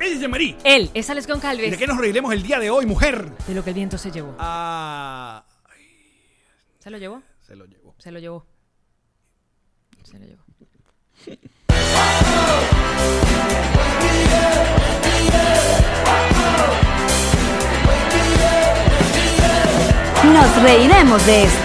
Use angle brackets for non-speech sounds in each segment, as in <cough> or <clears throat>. Ella es Yamarí. Él es Alex Goncalves. ¿De qué nos reiremos el día de hoy, mujer? De lo que el viento se llevó. Ah, ¿Se lo llevó? se lo llevó. Se lo llevó. Se lo llevó. Nos reiremos de esto.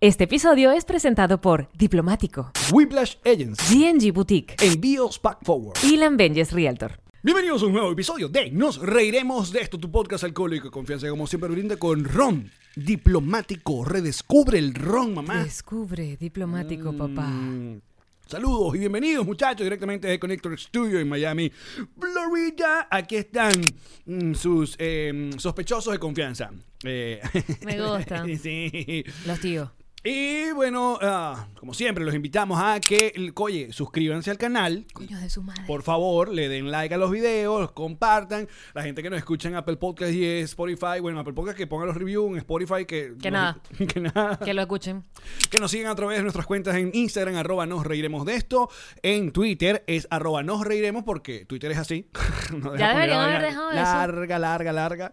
Este episodio es presentado por Diplomático, Whiplash Agency. GNG Boutique, Envíos Pack Forward. Ilan Benjes Realtor. Bienvenidos a un nuevo episodio de Nos Reiremos de esto, tu podcast alcohólico. Confianza, como siempre, brinda con Ron. Diplomático. Redescubre el Ron, mamá. Descubre Diplomático, papá. Ah. Mm. Saludos y bienvenidos muchachos directamente desde Connector Studio en Miami, Florida. Aquí están mm, sus eh, sospechosos de confianza. Eh, Me gusta. <laughs> sí. Los tíos. Y bueno, ah, como siempre, los invitamos a que, oye, suscríbanse al canal. Coño de su madre. Por favor, le den like a los videos, los compartan. La gente que nos escucha en Apple Podcast y Spotify, bueno, Apple Podcast que pongan los reviews en Spotify que... Que nos- nada. <laughs> Que nada. Que lo escuchen. Que nos sigan a través de nuestras cuentas en Instagram, arroba nos reiremos de esto. En Twitter es arroba nos reiremos porque Twitter es así. <laughs> No deja Ya poner deberían la haber vaina dejado eso. Larga, larga, larga.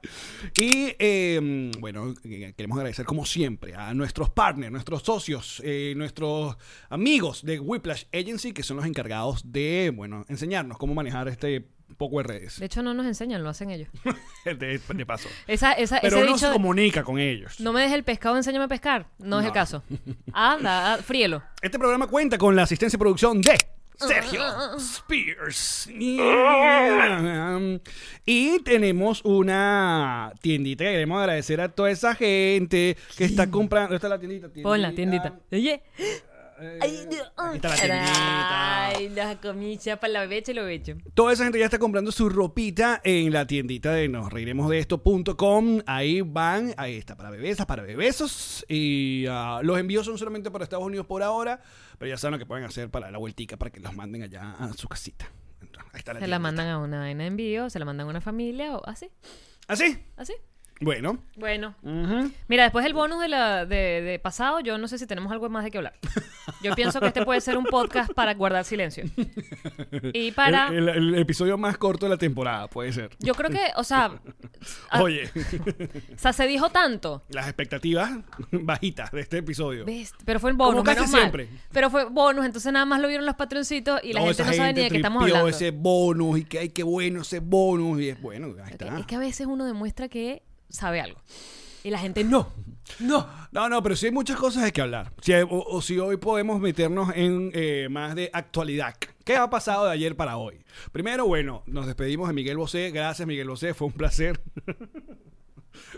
Y eh, bueno, eh, queremos agradecer como siempre a nuestros partners, nuestros socios, eh, nuestros amigos de Whiplash Agency que son los encargados de, bueno, enseñarnos cómo manejar este poco de redes. De hecho, no nos enseñan, lo hacen ellos. <laughs> De, de paso. Esa, esa, Pero ese uno dicho, se comunica con ellos. no me dejes el pescado, enséñame a pescar. No, es el No. caso. Anda, ah, fríelo. Este programa cuenta con la asistencia y producción de Sergio Ah. Spears. Ah. Y tenemos una tiendita que queremos agradecer a toda esa gente que está comprando. ¿Dónde está la tiendita? tiendita? Pon la tiendita. Oye. Eh, Ay, Dios. aquí está la tiendita. Ay, la comida para la becha y lo becho. Toda esa gente ya está comprando su ropita en la tiendita de nos de esto.com. Ahí van, ahí está, para bebesas, para bebesos. Y ah, los envíos son solamente para Estados Unidos por ahora, pero ya saben lo que pueden hacer para la vueltica, para que los manden allá a su casita. Entonces, ahí está la Se la tiendita. mandan a una vaina de envío, se la mandan a una familia o así, ¿Así? así. ¿Ah, Bueno. Bueno. Ujú. Mira, después el bonus de, la, de, de pasado, yo no sé si tenemos algo más de qué hablar. Yo pienso que este puede ser un podcast para guardar silencio. Y para... El, el- el episodio más corto de la temporada, puede ser. Yo creo que, o sea... a- Oye, <laughs> O sea, se dijo tanto. las expectativas <laughs> bajitas de este episodio. ¿Ves? Pero fue el bonus, Como casi menos mal. siempre. Pero fue bonus, entonces nada más lo vieron los patroncitos y la No, gente esa no sabe ni de qué estamos tripió hablando. ese bonus y que ay, qué bueno ese bonus. Y es bueno, ahí Ok, está. Es que a veces uno demuestra que sabe algo. Y la gente no. No. No, no, pero sí hay muchas cosas de que hablar. Si hay- o, o si hoy podemos meternos en eh, más de actualidad. ¿Qué ha pasado de ayer para hoy? Primero, bueno, nos despedimos de Miguel Bosé. Gracias, Miguel Bosé. Fue un placer.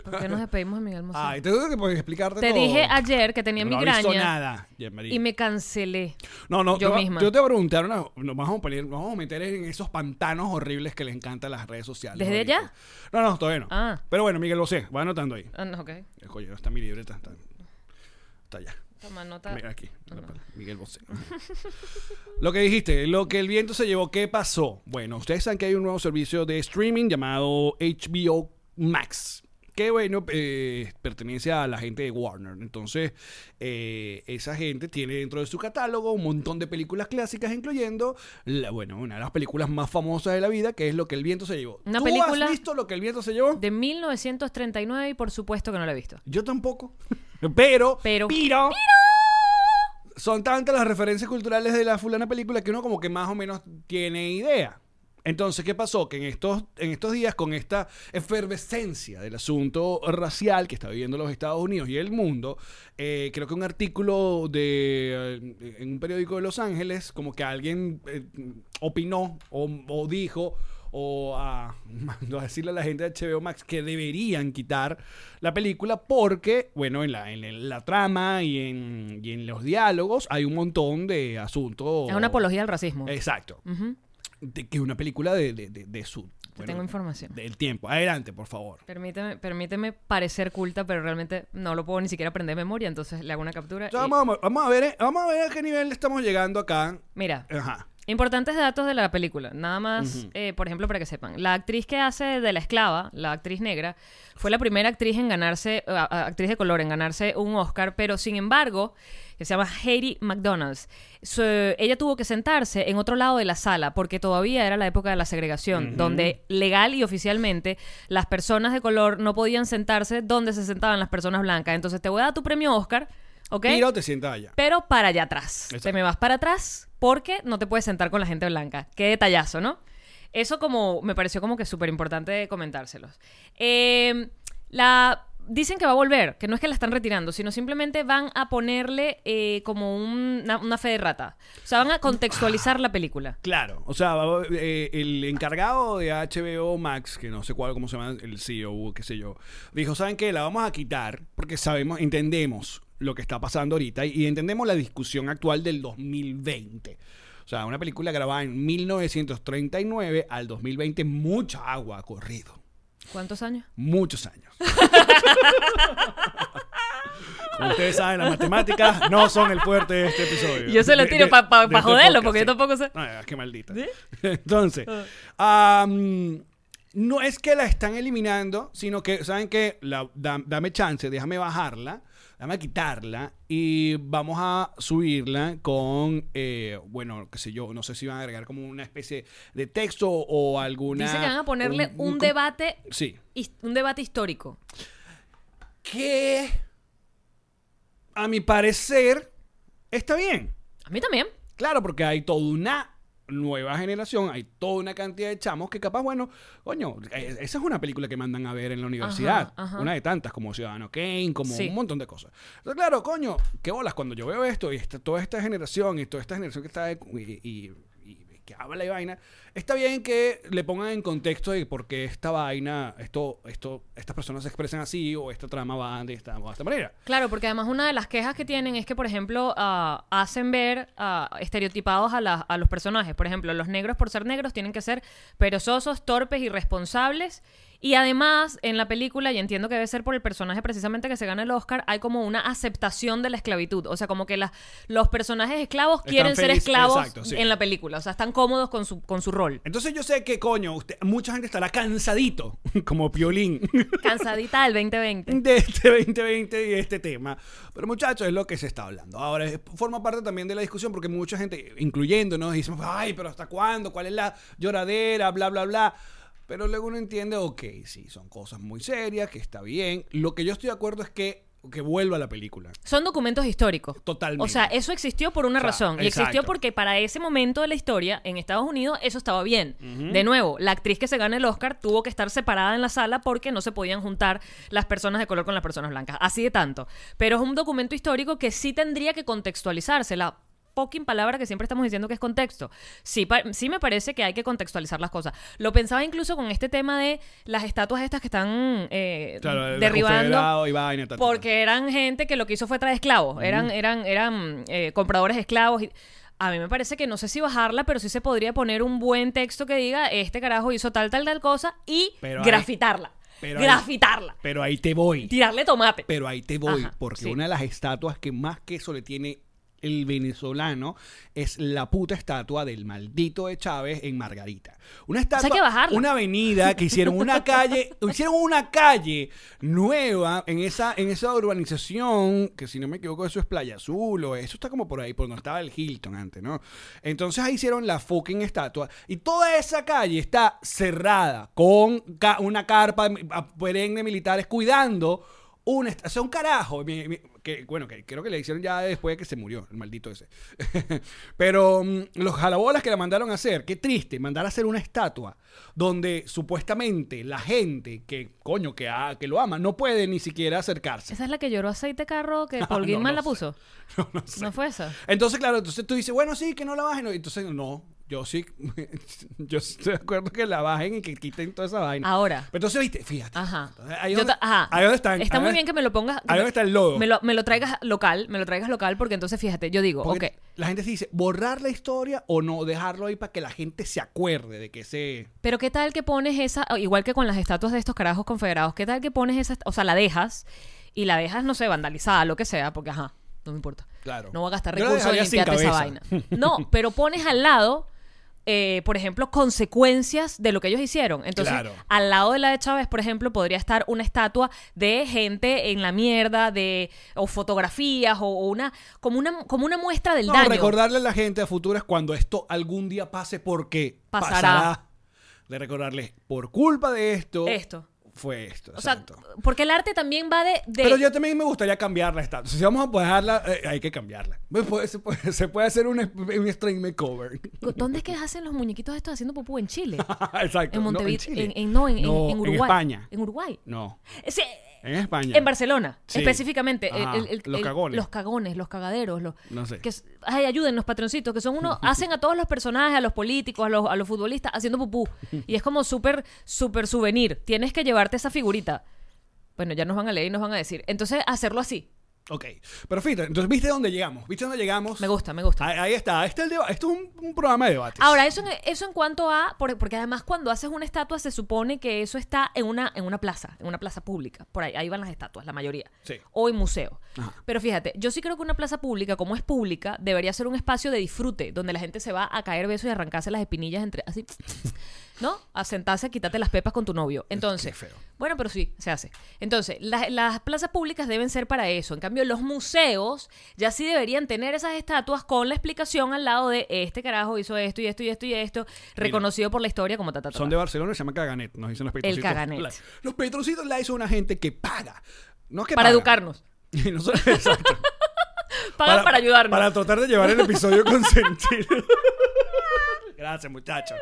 ¿Por qué nos despedimos de Miguel Mosé? Ay, te tengo que pues, explicarte Te todo. dije ayer que tenía no migraña No nada, Yamarí. y me cancelé. No, no, yo yo, misma. yo te preguntaron, nos vamos a poner, nos vamos a meter en esos pantanos horribles que le encantan las redes sociales. ¿Desde ahorita. allá? No, no, todavía no. Ah. Pero bueno, Miguel Bosé, va anotando ahí. Ah, no, ok. El no está mi libreta, está, está allá. Toma nota. Mira aquí, Miguel Bosé. <laughs> lo que dijiste, lo que el viento se llevó, ¿qué pasó? Bueno, ustedes saben que hay un nuevo servicio de streaming llamado HBO Max. Que bueno, eh, pertenece a la gente de Warner. Entonces, eh, esa gente tiene dentro de su catálogo un montón de películas clásicas, incluyendo, la- bueno, una de las películas más famosas de la vida, que es Lo que el viento se llevó. Una ¿Tú película- has visto Lo que el viento se llevó? De 1939 y por supuesto que no la he visto. Yo tampoco. Pero, Pero- piro, son tantas las referencias culturales de la fulana película que uno como que más o menos tiene idea. Entonces, ¿qué pasó? Que en estos, en estos días, con esta efervescencia del asunto racial que está viviendo los Estados Unidos y el mundo, eh, creo que un artículo de, eh, en un periódico de Los Ángeles, como que alguien eh, opinó o, o dijo o a, <laughs> mandó a decirle a la gente de HBO Max que deberían quitar la película porque, bueno, en la, en el- la trama y en, y en los diálogos hay un montón de asuntos. Es una apología al racismo. Exacto. Ujú. De, que es una película de, de, de, de su. Te tengo Eh, información. Del tiempo. Adelante, por favor. Permíteme, permíteme parecer culta, pero realmente no lo puedo ni siquiera aprender de memoria, entonces le hago una captura. Entonces, y- Vamos, a- vamos a ver, eh, vamos a ver a qué nivel estamos llegando acá. Mira, Ajá. importantes datos de la película. Nada más, eh, por ejemplo, para que sepan. La actriz que hace de la esclava, la actriz negra, eh, fue la primera actriz en ganarse, a- a- actriz de color, en ganarse un Oscar, pero sin embargo, que se llama Heidi McDonald's. Su- ella tuvo que sentarse en otro lado de la sala porque todavía era la época de la segregación, donde legal y oficialmente las personas de color no podían sentarse donde se sentaban las personas blancas. Entonces te voy a dar tu premio Oscar, ¿ok? Tira o te sientas allá. pero para allá atrás. Exacto. Te me vas para atrás porque no te puedes sentar con la gente blanca. Qué detallazo, ¿no? Eso como me pareció como que súper importante comentárselos. Eh, la dicen que va a volver, que no es que la están retirando, sino simplemente van a ponerle eh, como un- una, una fe de rata. O sea, van a contextualizar la película. Claro, o sea, va- eh, el encargado de HBO Max, que no sé cuál, cómo se llama, el CEO, qué sé yo, dijo, ¿saben qué? La vamos a quitar porque sabemos, entendemos lo que está pasando ahorita y, y entendemos la discusión actual del 2020. O sea, una película grabada en 1939 al 2020, mucha agua ha corrido. ¿Cuántos años? Muchos años. Como ustedes saben, las matemáticas no son el fuerte de este episodio. Yo se lo De- tiro de- pa- pa- de pa este joderlo, podcast, porque yo sí. tampoco sé. <laughs> Ah, qué maldita. Entonces, Ah. am, no es que la están eliminando, sino que, ¿saben qué? La- da- dame chance, déjame bajarla, déjame quitarla y vamos a subirla con, eh, bueno, qué sé yo, no sé si van a agregar como una especie de texto o alguna... Dicen que van a ponerle un, com- debate Sí. his- un debate histórico. Que, a mi parecer, está bien. A mí también. Claro, porque hay toda una nueva generación, hay toda una cantidad de chamos que capaz, bueno, coño, eh, esa es una película que mandan a ver en la universidad. ajá. Una de tantas, como Ciudadano Kane, como Sí. un montón de cosas. Entonces, claro, coño, qué bolas cuando yo veo esto y esta- toda esta generación y toda esta generación que está de- y, y- y que habla y vaina, está bien que le pongan en contexto de por qué esta vaina, esto, esto, estas personas se expresan así o esta trama va de esta, de esta manera. Claro, porque además una de las quejas que tienen es que, por ejemplo, ah, hacen ver ah, estereotipados a, las- a los personajes. Por ejemplo, los negros por ser negros tienen que ser perezosos, torpes, irresponsables. Y además, en la película, y entiendo que debe ser por el personaje precisamente que se gana el Oscar, hay como una aceptación de la esclavitud. O sea, como que las- los personajes esclavos Están quieren ser felices, esclavos exacto, sí. en la película. O sea, están cómodos con su, con su <laughs> rol. Entonces yo sé que, coño, usted, mucha gente estará cansadito, <laughs> como Piolín, <laughs> Cansadita del 2020. de este 2020 y de este tema. Pero muchachos, es lo que se está hablando. Ahora, es- forma parte también de la discusión porque mucha gente, incluyéndonos, dice, ay, pero ¿hasta cuándo? ¿Cuál es la lloradera? Bla, bla, bla. Pero luego uno entiende, ok, sí, son cosas muy serias, que está bien. Lo que yo estoy de acuerdo es que, que vuelva la película. Son documentos históricos. Totalmente. O sea, eso existió por una O sea, razón. Y existió exacto. porque para ese momento de la historia, en Estados Unidos, eso estaba bien. De nuevo, la actriz que se gana el Oscar tuvo que estar separada en la sala porque no se podían juntar las personas de color con las personas blancas. Así de tanto. Pero es un documento histórico que sí tendría que contextualizarse. La fucking palabra que siempre estamos diciendo que es contexto. Sí, pa- sí me parece que hay que contextualizar las cosas. Lo pensaba incluso con este tema de las estatuas estas que están eh, Claro, el derribando. confederado y vaina, ta, ta, ta. Porque eran gente que lo que hizo fue traer esclavos. Eran, eran, eran eh, compradores de esclavos. y- A mí me parece que no sé si bajarla, pero sí se podría poner un buen texto que diga este carajo hizo tal, tal, tal cosa y Pero hay- grafitarla. pero hay- grafitarla. Pero ahí te voy. Tirarle tomate. Pero ahí te voy, Ajá, porque sí. una de las estatuas que más queso le tiene el venezolano es la puta estatua del maldito de Chávez en Margarita. Una estatua, Pues que bajarla. una avenida que hicieron <laughs> una calle, hicieron una calle nueva en esa en esa urbanización, que si no me equivoco eso es Playa Azul o eso está como por ahí por donde estaba el Hilton antes, ¿no? Entonces ahí hicieron la fucking estatua y toda esa calle está cerrada con ca- una carpa de- a- perenne de militares cuidando un, est- o sea, un carajo, mi- mi- que bueno, que creo que le hicieron ya después de que se murió, el maldito ese. <laughs> Pero mm, los jalabolas que la mandaron a hacer, qué triste, mandar a hacer una estatua donde supuestamente la gente que, coño, que, a- que lo ama, no puede ni siquiera acercarse. <laughs> Esa es la que lloró aceite carro que Paul no, Gilman no la sé. puso. No, no sé. No fue esa. Entonces, claro, entonces tú dices, bueno, sí, que no la bajen. Entonces, no, yo sí, <laughs> yo sí estoy de acuerdo que la bajen y que quiten toda esa vaina. Ahora. Pero entonces, viste, fíjate. Ajá. Entonces, Ahí Yo donde- ta- ajá. ahí donde están. Está ahí muy donde- bien que me lo pongas. ahí donde está el lodo. Me lo, me lo traigas local, me lo traigas local porque entonces fíjate, yo digo, Porque ok. La gente se dice, borrar la historia o no, dejarlo ahí para que la gente se acuerde de que se... Pero qué tal que pones esa, o igual que con las estatuas de estos carajos confederados, qué tal que pones esa, est- o sea, la dejas y la dejas, no sé, vandalizada, lo que sea, porque ajá, no me importa. Claro. No voy a gastar Yo la recursos en dejaría sin <laughs> limpiarte esa vaina. cabeza. No, pero pones al lado eh, por ejemplo, consecuencias de lo que ellos hicieron. Entonces, Claro. al lado de la de Chávez, por ejemplo, podría estar una estatua de gente en la mierda, de o fotografías o, o una como una como una muestra del No, daño. recordarle a la gente a futuras cuando esto algún día pase porque Pasará. pasará. De recordarles, por culpa de esto, Esto. fue esto. O sea, exacto. porque el arte también va de, de- Pero yo también me gustaría cambiarla esta. Si vamos a dejarla, eh, hay que cambiarla. Pues puede- se, puede, se puede hacer un, un string makeover. <laughs> ¿Dónde es que hacen los muñequitos estos haciendo popú en Chile? Exacto. En no, Montevideo, Chile. en- en- no, en, en- en Uruguay. España. En Uruguay. No, Sí, en España. en Barcelona, Sí. específicamente. El- Ajá, el- el- los el- cagones. Los cagones, los cagaderos. Los, No sé. Que, s- ay, ayuden los patroncitos, que son <laughs> unos, hacen a todos los personajes, a los políticos, a los, a los futbolistas, haciendo pupú. Y es como súper, súper souvenir. Tienes que llevarte esa figurita. Bueno, ya nos van a leer y nos van a decir. Entonces, hacerlo así. Ok. Pero fíjate, entonces, ¿viste dónde llegamos? ¿Viste dónde llegamos? Me gusta, me gusta. Ahí, ahí está. Este es el deba- Esto es un, un programa de debates. Ahora, eso, en- eso en cuanto a. por- Porque además, cuando haces una estatua, se supone que eso está en una, en una plaza, en una plaza pública. Por ahí, ahí van las estatuas, la mayoría. Sí. O en museo. Ajá. Pero fíjate, yo sí creo que una plaza pública, como es pública, debería ser un espacio de disfrute, donde la gente se va a caer besos y arrancarse las espinillas entre. Así. ¿No? A sentarse a quitarte las pepas con tu novio. Entonces. feo. Bueno, pero sí, se hace. Entonces, la- las plazas públicas deben ser para eso. En cambio, los museos ya sí deberían tener esas estatuas con la explicación al lado de este carajo hizo esto y esto y esto y esto, reconocido por la historia como ta, ta, ta, Son ta. de Barcelona, se llama Caganet, nos dicen los petrocitos. Caganet. La- los petrocitos la hizo una gente que paga. No es que Para paga. educarnos. <laughs> Y no solo- exacto. <laughs> Pagan para, ayudarnos. Para tratar de llevar el episodio <laughs> con sentido. Gracias, muchachos.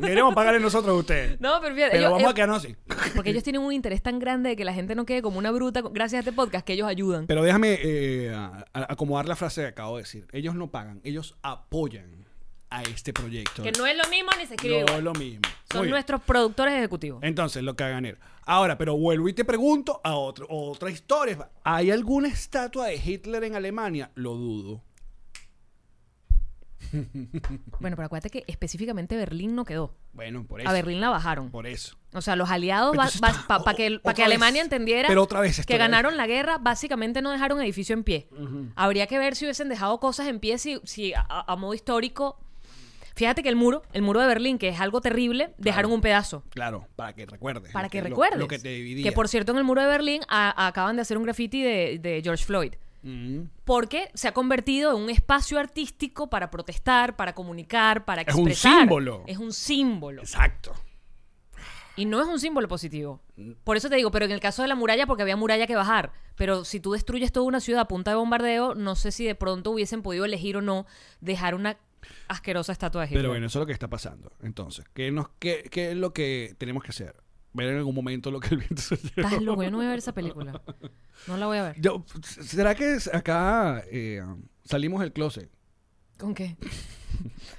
Queremos pagarle nosotros a ustedes. No, pero fíjate, pero ellos- vamos ellos- a quedarnos así. porque ellos tienen un interés tan grande de que la gente no quede como una bruta con- gracias a este podcast que ellos ayudan. Pero déjame eh, a- a- acomodar la frase que acabo de decir. Ellos no pagan, ellos apoyan a este proyecto. que no es lo mismo ni se No escribe. igual. es lo Eh. mismo. Muy Son bien. nuestros productores ejecutivos. Entonces, lo que hagan él. Ahora, pero vuelvo y te pregunto a otro, otra historia. ¿Hay alguna estatua de Hitler en Alemania? Lo dudo. Bueno, pero acuérdate que específicamente Berlín no quedó. Bueno, por eso. A Berlín la bajaron. Por eso. O sea, los aliados, Pero entonces está- para que, o- pa' que otra Alemania vez. entendiera Pero otra vez esto, que otra ganaron la guerra, básicamente no dejaron edificio en pie. Habría que ver si hubiesen dejado cosas en pie, si, si a, a modo histórico... Fíjate que el muro, el muro de Berlín, que es algo terrible, dejaron un pedazo. Claro, para que recuerdes. Para lo que lo- recuerdes. Lo, que te dividía. Que por cierto, en el muro de Berlín a- acaban de hacer un graffiti de, de George Floyd. Mm. Porque se ha convertido en un espacio artístico para protestar, para comunicar, para Es un expresar. símbolo. Es un símbolo. Exacto. Y no es un símbolo positivo. Por eso te digo, pero en el caso de la muralla, porque había muralla que bajar. Pero si tú destruyes toda una ciudad a punta de bombardeo, no sé si de pronto hubiesen podido elegir o no dejar una asquerosa estatua de Hitler. Pero bueno, eso es lo que está pasando. Entonces, ¿qué, nos, qué, qué es lo que tenemos que hacer? Ver en algún momento lo que el viento se llevó. Estás loco, yo no voy a ver esa película. No la voy a ver. Yo- ¿Será que es- acá eh, salimos del closet ¿Con qué?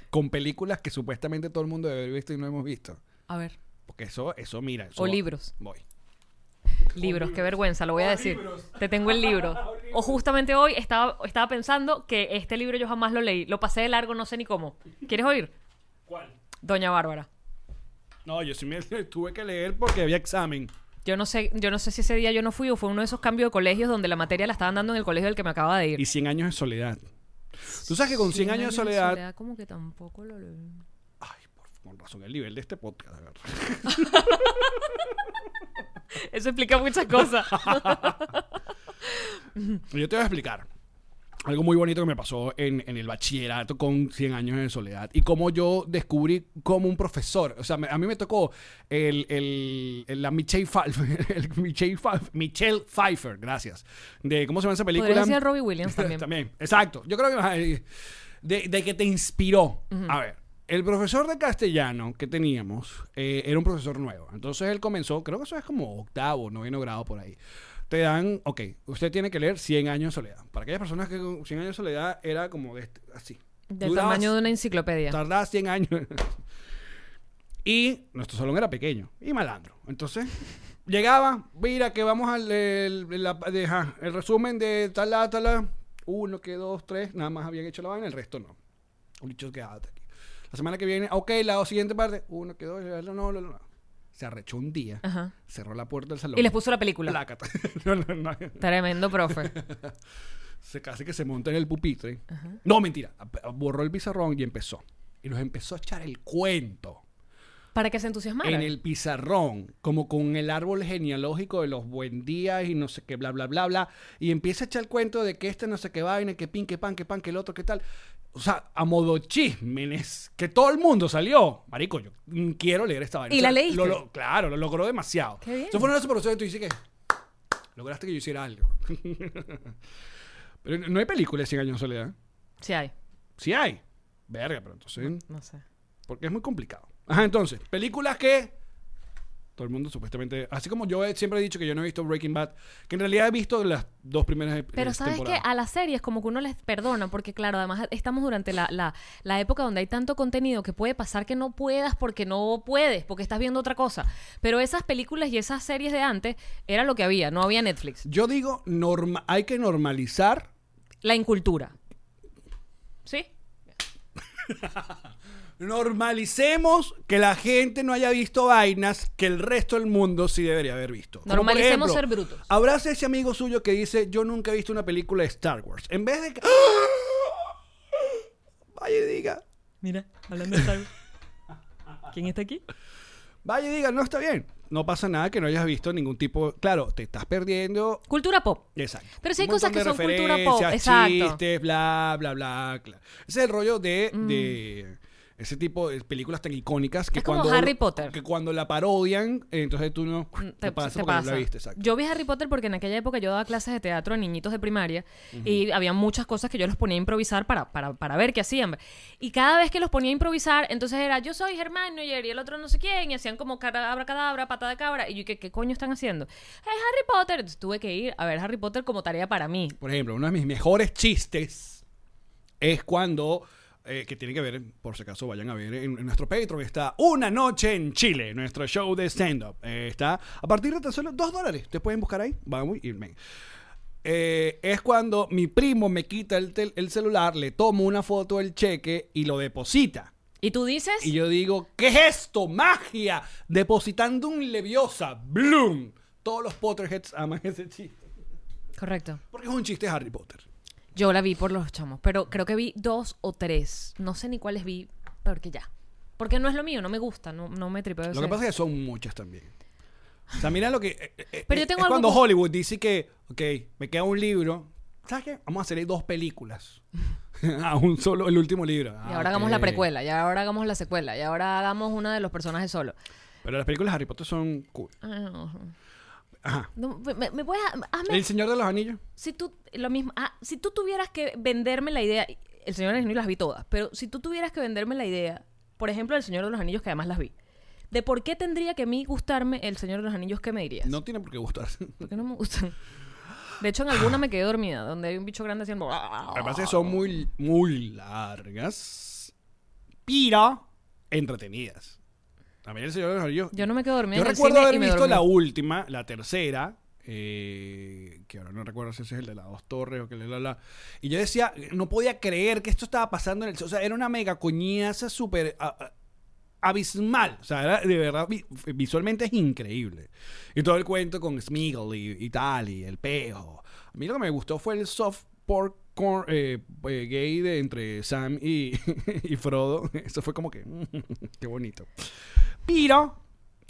con películas que supuestamente todo el mundo debe haber visto y no hemos visto? A ver. Porque eso, eso mira. eso O va- libros. Voy. Libros, qué vergüenza, lo voy a decir. Te tengo el libro. O justamente hoy estaba, estaba pensando que este libro yo jamás lo leí. Lo pasé de largo, no sé ni cómo. ¿Quieres oír? ¿Cuál? Doña Bárbara. No, yo sí me <laughs> tuve que leer porque había examen. Yo no sé, yo no sé si ese día yo no fui o fue uno de esos cambios de colegios donde la materia la estaban dando en el colegio del que me acaba de Y ir. 100 años de soledad. Tú sabes que con 100 años de soledad... como que tampoco lo leí. Ay, por, con razón, el nivel de este podcast. de verdad. <laughs> Eso explica <laughs> muchas cosas. Yo te voy a explicar algo muy bonito que me pasó en, en el bachillerato con 100 años de soledad y cómo yo descubrí como un profesor. O sea, me- a mí me tocó el, el- el- la Michelle Pfeiffer, <laughs> el Michelle, Pfeiffer, Michelle Pfeiffer, gracias. De, ¿Cómo se llama esa película? Podría ser Robbie Williams <laughs> también. exacto. Yo creo que ajá, eh, de, de que te inspiró. A ver, el profesor de castellano que teníamos eh, era un profesor nuevo. Entonces él comenzó, creo que eso es como octavo, noveno grado por ahí. Te dan, ok, usted tiene que leer 100 años de soledad. Para aquellas personas que con 100 años de soledad era como de este- así. Del Duraba tamaño de una enciclopedia. Tardaba 100 años. <laughs> y nuestro salón era pequeño y malandro. Entonces, llegaba, mira que vamos al el, la- de- ajá, el resumen de tal, a tal, a, uno, que dos, tres, nada más habían hecho la vaina, el resto no. Un dicho que ah, hasta aquí. La semana que viene, ok, la siguiente parte, uno, que dos, no, no, no, no. Se arrechó un día, Ajá. cerró la puerta del salón. Y les puso la película. Plácata. <laughs> No, no, no. Tremendo, profe. <laughs> Se casi que se monta en el pupitre. No, mentira. Borró el pizarrón y empezó. y nos empezó a echar el cuento Para que se entusiasmaran. en el pizarrón, como con el árbol genealógico de los buen días y no sé qué, bla, bla, bla, bla. Y empieza a echar el cuento de que este no sé qué vaina, que pin, que pan, que pan, que el otro, que tal. O sea, a modo chismenes, que todo el mundo salió. Marico, yo mm, quiero leer esta vaina. ¿Y O sea, la leíste? lo- lo- claro, lo logró demasiado. Qué bien. Eso fue una de las superproducciones que tú dices que lograste que yo hiciera algo. <laughs> Pero no hay película de 100 años de soledad. Sí hay. Sí hay. Verga, pero entonces... No sé. Porque es muy complicado. Ajá, entonces, películas que todo el mundo supuestamente, así como yo he- siempre he dicho que yo no he visto Breaking Bad, que en realidad he visto las dos primeras eh, Pero sabes que temporadas. a las series como que uno les perdona, porque claro, además estamos durante la, la, la época donde hay tanto contenido que puede pasar que no puedas porque no puedes, porque estás viendo otra cosa. Pero esas películas y esas series de antes era lo que había, no había Netflix. Yo digo, norma- hay que normalizar. La incultura. ¿Sí? Normalicemos que la gente no haya visto vainas que el resto del mundo sí debería haber visto. Como por Normalicemos ejemplo, ser brutos. Abraza ese amigo suyo que dice, yo nunca he visto una película de Star Wars. En vez de que... <gasps> ¡Ah! Vaya y diga, Mira, hablando de ¿Quién está aquí? Vaya y diga, no está bien. No pasa nada que no hayas visto ningún tipo. Claro, te estás perdiendo. Cultura pop. Exacto. Pero sí hay Un montón cosas que de son cultura referencias, pop, exacto. Mm. Chistes, bla, bla, bla. bla. Ese es el rollo de, de ese tipo de películas tan icónicas que Es como cuando. Harry Potter. Mm, Que cuando la parodian, eh, entonces tú no. Te, pasa porque no la viste, exacto. Yo vi Harry Potter porque en aquella época yo daba clases de teatro a niñitos de primaria y había muchas cosas que yo los ponía a improvisar para, para, para ver qué hacían. Y cada vez que los ponía a improvisar, entonces era yo soy Germán Neuer y el otro no sé quién, y hacían como cadabra, cadabra, pata de cabra. Y yo, ¿qué, qué coño están haciendo? Es Harry Potter. Entonces tuve que ir a ver Harry Potter como tarea para mí. Por ejemplo, uno de mis mejores chistes es cuando. eh, que tiene que ver, por si acaso vayan a ver en, en nuestro Patreon, está Una Noche en Chile, nuestro show de stand-up. Eh, está a partir de tan solo dos dólares. Te pueden buscar ahí. Vamos y ven. Eh, es cuando mi primo me quita el, tel- el celular, le tomo una foto del cheque y lo deposita. Y tú dices, Y yo digo, ¿qué es esto? ¡Magia! Depositando un leviosa. ¡Bloom! Todos los Potterheads aman ese chiste. correcto. Porque es un chiste de Harry Potter. Yo la vi por los chamos, pero creo que vi dos o tres. No sé ni cuáles vi, porque ya. Porque no es lo mío, no me gusta, no, no me tripeo. Lo que pasa es que son muchas también. O sea, mira lo que. eh, eh, Pero yo eh, tengo es algo cuando con- Hollywood dice que, ok, me queda un libro. ¿Sabes qué? Vamos a hacer ahí dos <laughs> películas. <laughs> a un solo, el último libro. Ah, Y ahora hagamos la precuela, y ahora hagamos la secuela, y ahora hagamos una de los personajes solo. Pero las películas de Harry Potter son cool. Ajá. Ah, No, me, me puedes. hazme- El Señor de los Anillos. si tú. Lo mismo. ah, si tú tuvieras que venderme la idea. El Señor de los Anillos las vi todas, pero si tú tuvieras que venderme la idea, por ejemplo, El Señor de los Anillos, que además las vi, de por qué tendría que a mí gustarme El Señor de los Anillos, ¿qué me dirías? No tiene por qué <laughs> gustarse. ¿Por qué no me gustan? De hecho, en alguna me quedé dormida, donde hay un bicho grande haciendo. Lo que pasa es que son muy, Ah. muy largas. Pero entretenidas. A mí el Señor de los Anillos. Yo no me quedo dormida. Yo en el recuerdo cine haber y me visto dormí. la última, la tercera, eh, que ahora no recuerdo si ese es el de las dos torres o que le la la. Y yo decía, no podía creer que esto estaba pasando en el. O sea, era una mega coñaza súper a- a- abismal. O sea, era de verdad, vi- visualmente es increíble. Y todo el cuento con Smiggle y, y tal, y el pejo. A mí lo que me gustó fue el soft pork. corn- eh, eh, gay de entre Sam y, <laughs> y Frodo. <laughs> Eso fue como que. qué bonito. Pero.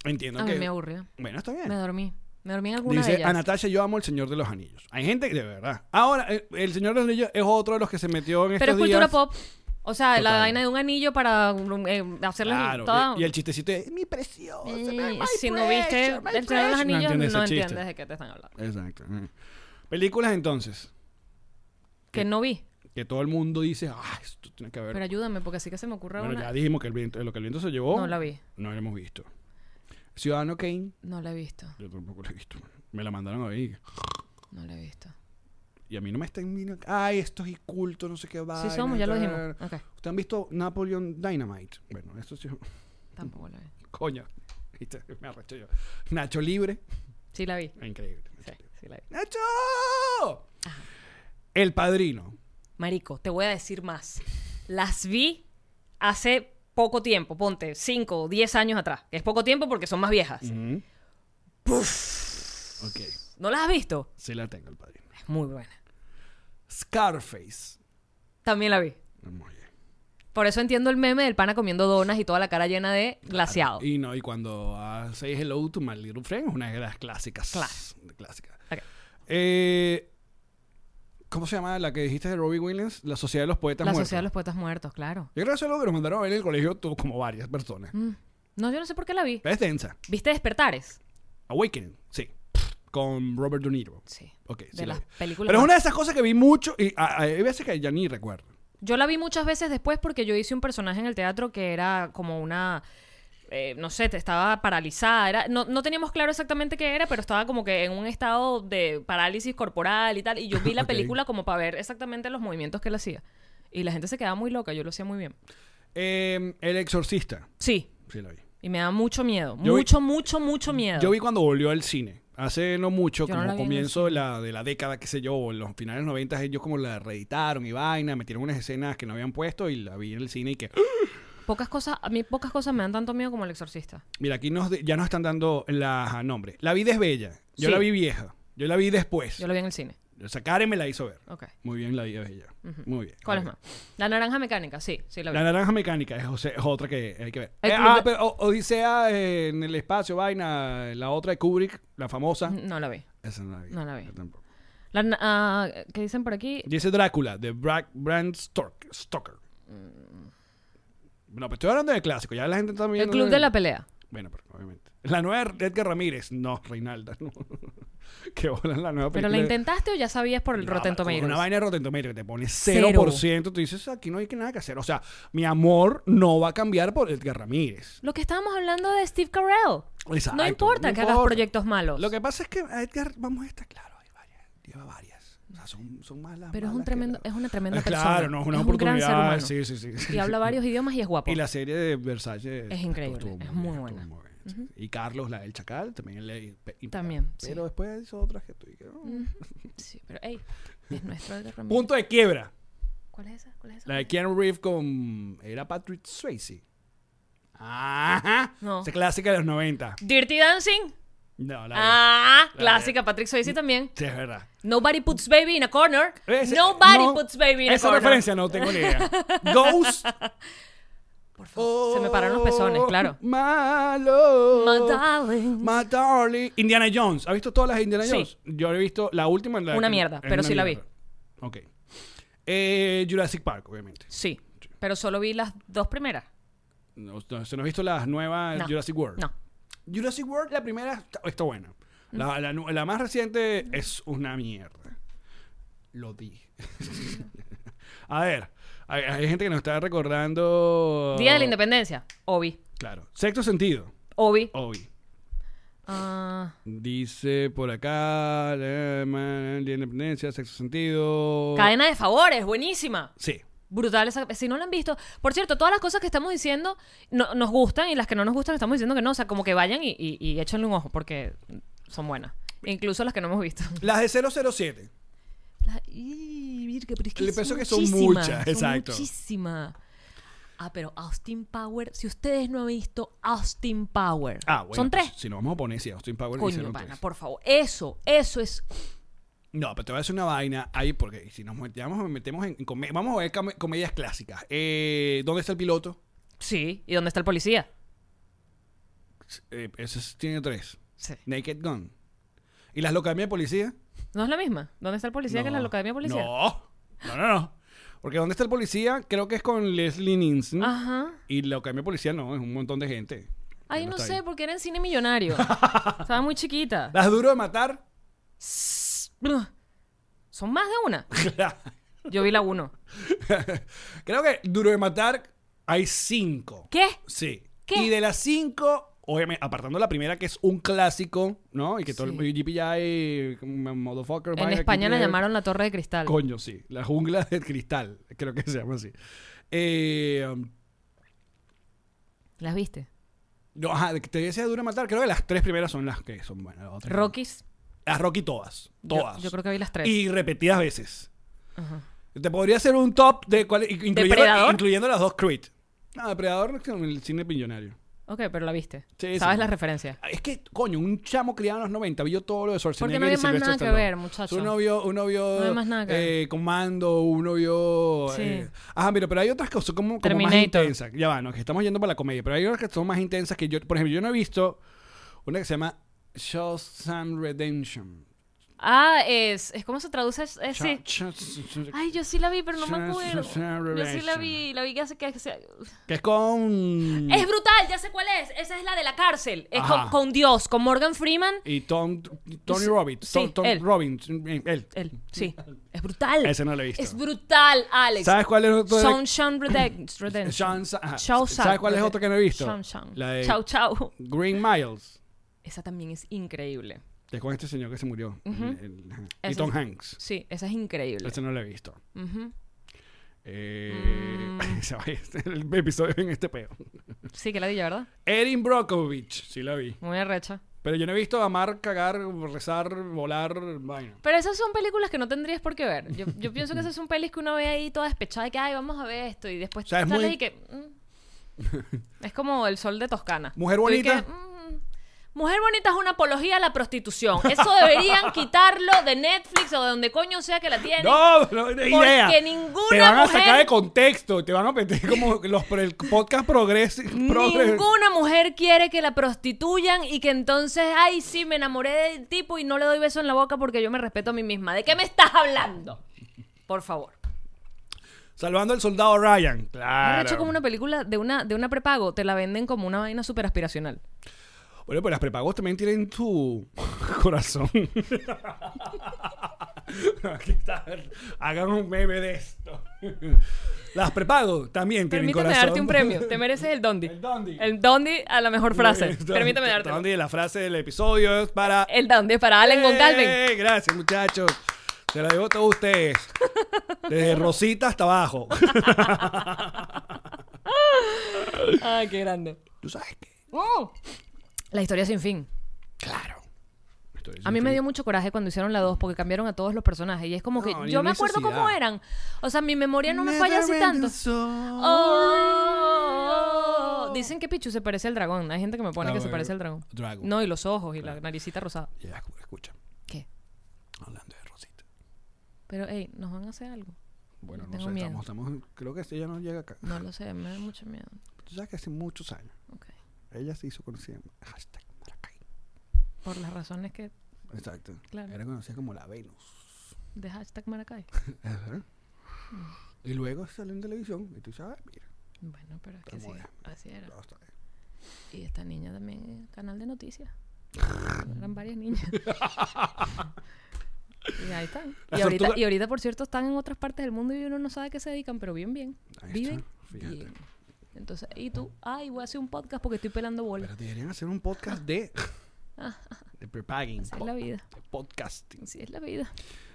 Entiendo A que. mí me aburrió. Bueno, está bien. Me dormí. Me dormí en alguna de Dice ellas. a Natasha, yo amo el Señor de los Anillos. Hay gente que, de verdad. Ahora, eh, el Señor de los Anillos es otro de los que se metió en Pero es estos cultura días. pop. O sea, la Total. vaina de un anillo para eh, hacerle Claro. toda... y- Y el chistecito de mi preciosa. Eh, my si no precious, viste my El Señor de precious". los Anillos, no entiendes, ese chiste. de qué te están hablando. Exacto. ajá. Películas entonces, Que no vi. que todo el mundo dice, ah, esto tiene que haber. Pero ayúdame, porque así que se me ocurre bueno, una... ya dijimos que el viento, lo que el viento se llevó. No la vi. No lo hemos visto. Ciudadano Kane, No la he visto. yo tampoco lo he visto. Me la mandaron a ver. No la he visto. Y a mí no me están diciendo, ay, esto es culto, no sé qué va. Sí somos, ya lo dijimos. Ok, ¿Ustedes han visto Napoleon Dynamite? Bueno, esto sí. <laughs> tampoco la vi. Coño. <laughs> ¿Viste? Me arrecho yo. Nacho Libre. ah, Sí la vi. Increíble. Sí, sí la vi. ¡Nacho! El padrino. Marico, te voy a decir más. Las vi hace poco tiempo. Ponte, 5 o 10 años atrás. Es poco tiempo porque son más viejas. Mm. Ok. ¿No las has visto? Sí la tengo, el padrino. Es muy buena. Scarface. También la vi. Muy bien. Por eso entiendo el meme del pana comiendo donas y toda la cara llena de glaseado. Y no, y cuando haces Hello to My Little Friend, es una de las clásicas. de clásicas. Ok. Eh, ¿Cómo se llama la que dijiste de Robbie Williams? La Sociedad de los Poetas La Muertos. sociedad de los poetas muertos, claro. Yo creo que eso es algo que nos mandaron a ver en el colegio tú, como varias personas. Mm. No, yo no sé por qué la vi. Es densa. ¿Viste Despertares? Awakening, sí. Con Robert De Niro. Sí. Ok, sí de la las vi. películas. Pero es más- una de esas cosas que vi mucho y ah, ah, hay veces que ya ni recuerdo. Yo la vi muchas veces después porque yo hice un personaje en el teatro que era como una. eh, no sé, te- estaba paralizada. Era, no, no teníamos claro exactamente qué era, pero estaba como que en un estado de parálisis corporal y tal. Y yo vi <laughs> la Ok. película como para ver exactamente los movimientos que él hacía. Y la gente se quedaba muy loca, yo lo hacía muy bien. Eh, el Exorcista, Sí, sí la vi. y me da mucho miedo. Yo vi- mucho, mucho, mucho miedo. Yo vi cuando volvió al cine. Hace no mucho, Yo no como la vi en el comienzo de la, de la década, qué sé yo, o en los finales 90, ellos como la reeditaron y vaina, metieron unas escenas que no habían puesto y la vi en el cine y que... <gasps> Pocas cosas, a mí pocas cosas me dan tanto miedo como el exorcista. Mira, aquí nos, de- ya nos están dando la nombre. La vida es bella. Yo Sí. la vi vieja. Yo la vi después. Yo lo vi en el cine. O sea, Karen me la hizo ver. Ok. Muy bien, la vida es bella. Muy bien. ¿Cuál es Ok. más? La naranja mecánica, sí, sí la vi. La naranja mecánica es, o sea, es otra que hay que ver. El Eh, club ah, de- pero o- Odisea eh, en el espacio, vaina. La otra de Kubrick, la famosa. Mm, No la vi. Esa no la vi. No la vi. Yo tampoco. La na- ah, ¿Qué dicen por aquí? Dice Drácula, de Brad Brand Stork- Stoker. No, pero estoy hablando de clásico. Ya la gente está El viendo. club de la pelea. Bueno, pero obviamente. La nueva de Edgar Ramírez. No, Reinalda. No. <laughs> Qué bola la nueva ¿Pero película. la de- intentaste o ya sabías por el No, Rotten con Una Tomatoes? vaina de Rotten Tomatoes que te pone Cero. 0%. Tú dices, aquí no hay que nada que hacer. O sea, mi amor no va a cambiar por Edgar Ramírez. Lo que estábamos hablando de Steve Carell. Exacto, no importa no que hagas importa. proyectos malos. Lo que pasa es que a Edgar, vamos a estar claros, hay varias, lleva varias. O sea, son, son malas. Pero es malas un que- tremendo, es una tremenda Eh, <laughs> persona. Claro, no, es una es oportunidad. Un gran ser Sí, humano. sí, sí. Y <laughs> habla varios idiomas y es guapo. Y la serie de Versace Es increíble, estuvo es muy bien, buena. estuvo muy bien, sí. Y Carlos, la del Chacal, también le impecable. También, sí. Pero después hizo otras que tú y que, oh. Sí, pero ey, es nuestro Edgar Ramírez. Punto de quiebra. ¿Cuál es esa? ¿Cuál es esa? La de Keanu Reeves con. Era Patrick Swayze. Ajá. No. Esa clásica de los 90. Dirty Dancing. No, la Ah, vi. clásica. Patrick Swayze también. Sí, es verdad. Nobody puts baby in a corner. Ese- Nobody no, puts baby in a Esa corner. referencia no tengo ni idea. Ghost. <laughs> Por favor. Se me pararon los pezones, Oh, claro. Malo. My darling. My darling. Indiana Jones. ¿Has visto todas las de Indiana Sí. Jones? Yo he visto la última. en La Una que- mierda, es pero sí la vi. mierda. Ok. Eh, Jurassic Park, obviamente. Sí, pero solo vi las dos primeras. No, no, ¿Se nos ha visto las nuevas No, Jurassic World? No. Mm. Jurassic World, la primera está, está buena. La, la nu- la más reciente es una mierda. Lo dije. <laughs> a ver, hay, hay gente que nos está recordando. Día de la Independencia. Obi. Claro. Sexto sentido. Obi. Obi. Ah, Dice por acá. La, la independencia, sexto sentido. cadena de favores. Buenísima. Sí. Brutal esa. Si no la han visto. Por cierto, todas las cosas que estamos diciendo no- nos gustan y las que no nos gustan estamos diciendo que no. O sea, como que vayan y, y- y échenle un ojo porque son buenas. Incluso las que no hemos visto. Las de 007. La- y, virga, pero es que Le son pensó que son muchísimas, muchas, son exacto. Muchísimas. Ah, pero Austin Power, si ustedes no han visto Austin Power, Ah, bueno. son pues, tres. si nos vamos a poner, sí, Austin Powers Coño, hicieron pana, tres. por favor. Eso, eso es. No, pero te voy a decir una vaina ahí porque si nos metemos, metemos en, en come- vamos a ver come- comedias clásicas. Eh, ¿Dónde está el piloto? Sí. ¿Y dónde está el policía? Eh, ese es- tiene tres. Sí. Naked Gun. ¿Y las locademias de policía? ¿No es la misma? ¿Dónde está el policía que es la No. locademia de policía? No, no, no, no. Porque ¿dónde está el policía? Creo que es con Leslie Nielsen. Ajá. Y la locademia de policía no, es un montón de gente. Ay, Ya no está sé, ahí. porque era en <laughs> cine millonario. Estaba muy chiquita. Las duro de matar. Ugh. Son más de <laughs> una. Yo vi la uno. Creo que duro de matar hay cinco. ¿Qué? Sí. ¿Qué? Y de las cinco, obviamente, apartando la primera, que es un clásico, ¿no? Y que todo Sí. el GPI, como mm, motherfucker. En vaina, España la GPI. llamaron la Torre de Cristal. Coño, sí. La jungla del cristal. Creo que se llama así. Eh, um, ¿Las viste? no, ajá, de que te decía duro de matar. Creo que las tres primeras son las que son buenas. las otras no. Rockies. Las Rocky todas. Yo- Todas. Yo, creo que vi las tres. Y repetidas veces. Ajá. Te podría hacer un top de cuál, incluyendo, ¿Depredador? incluyendo las dos Creed. No, Depredador no, el cine millonario. Ok. Ok, pero la viste. Sí, Sabes sí. la referencia. Es que, coño, un chamo criado en los 90 vio todo lo de Schwarzenegger Porque no y había más Sylvester nada que Stallone. ver, muchacho. Uno vio, uno vio No hay más nada que ver. eh, Comando, uno vio... Sí. eh, ah, mira, pero hay otras que son como, como más Terminator. intensas. Ya va, no, que estamos yendo para la comedia, pero hay otras que son más intensas que yo... Por ejemplo, yo no he visto una que se llama Shawshank Redemption. Ah, es, es ¿cómo se traduce? Es- es- Sha- Eh, sí. Sha- Sha- Sha- Ay, yo sí la vi, pero no me Sha- Sha- acuerdo. Yo sí la Redemption. vi, la vi que hace que... que- Que es con... Es brutal, ya sé cuál es. Esa es la de la cárcel. Es Mm. Ajá. con, con Dios, con Morgan Freeman. Y Tom, Tony Sí, Robbins. Tom, Tom él. Robbins. eh, Él. Él, sí. Es brutal. Ese no lo he visto. Es brutal, Alex. ¿Sabes cuál es otro? de- <clears throat> Sunshine Redemption. Redemption. Sean Sa- ajá. Shawshank ¿Sabes cuál es otro que no he visto? Shawshank. La de Chau, chau. Green Miles. Esa también es increíble. Que es con este señor que se murió. El- el- ajá. y Ese Tom es- Hanks. Sí, esa es increíble. Ese no lo he visto. Ujú. Eh, <laughs> Mm. se va a ir el episodio en este peo. Sí, que la di, ¿verdad? Erin Brockovich, sí la vi. Muy arrecha. Pero yo no he visto amar, cagar, rezar, volar, vaina. Pero esas son películas que no tendrías por qué ver. Yo, yo pienso que esas son pelis que uno ve ahí toda despechada y que, ay, vamos a ver esto. Y después O sea, es sales muy- y que... <laughs> mm. Es como el sol de Toscana. Mujer Tú y que, bonita. mm, Mujer bonita es una apología a la prostitución. Eso <laughs> deberían quitarlo de Netflix o de donde coño sea que la tienen. No, no, no, idea. Porque ninguna te van a mujer- sacar de contexto, te van a meter como los por el podcast progres, progres- Ninguna mujer quiere que la prostituyan y que entonces, ay, sí, me enamoré del tipo y no le doy beso en la boca porque yo me respeto a mí misma. ¿De qué me estás hablando? Por favor. Salvando al soldado Ryan. Me Claro. hecho como una película de una, de una prepago, te la venden como una vaina súper aspiracional. Bueno, pero las prepagos también tienen tu <laughs> corazón. Aquí está. Hagan un meme de esto. Las prepagos también tienen Permítame corazón. darte <laughs> un premio. Te mereces el dondi. El dondi. El dondi a <laughs> la mejor frase. Permítame darte. Donde la frase del episodio es para. El dondi para Allen Goncalven. ¡Eh! Gracias, muchachos. Se la debo a todos ustedes. Desde Rosita hasta <laughs> abajo. Ay, qué grande. ¿Tú sabes qué? La historia sin fin. Claro. Esto es A mí me increíble. dio mucho coraje cuando hicieron la 2 porque cambiaron a todos los personajes y es como que No, ni yo me una acuerdo necesidad. cómo eran. O sea, mi memoria no me falla así Never ending tanto. song. Oh, Dicen que Pichu se parece al dragón. Hay gente que me pone Ah, que se bueno, parece al dragón. dragón. No, y los ojos y la naricita rosada. Ya, escu- escucha. ¿Qué? Hablando de Rosita. Pero, hey, nos van a hacer algo. Bueno, no Tengo sé, miedo. estamos, estamos- creo que ella no llega acá. No lo sé, me da mucho miedo. Tú sabes que hace muchos años Ok. ella se hizo conocida en hashtag Maracay. Por las razones que. Exacto. Claro. Era conocida como la Venus. de hashtag Maracay. Mm. Ajá. Y luego salió en televisión y tú sabes, mira, Bueno, pero es que sí. Estamos Así era. ya está. Y esta niña también, eh, canal <laughs> de noticias. Eran varias niñas. y ahí están. Las Y ahorita, tortugas- y ahorita, por cierto, están en otras partes del mundo y uno no sabe a qué se dedican, pero bien, bien. Ahí Viven. está, fíjate. bien. Entonces, y tú, ay, voy a hacer un podcast porque estoy pelando bolas. Pero deberían hacer un podcast de. de prepagging. Así es la vida. de podcasting. Así es la vida.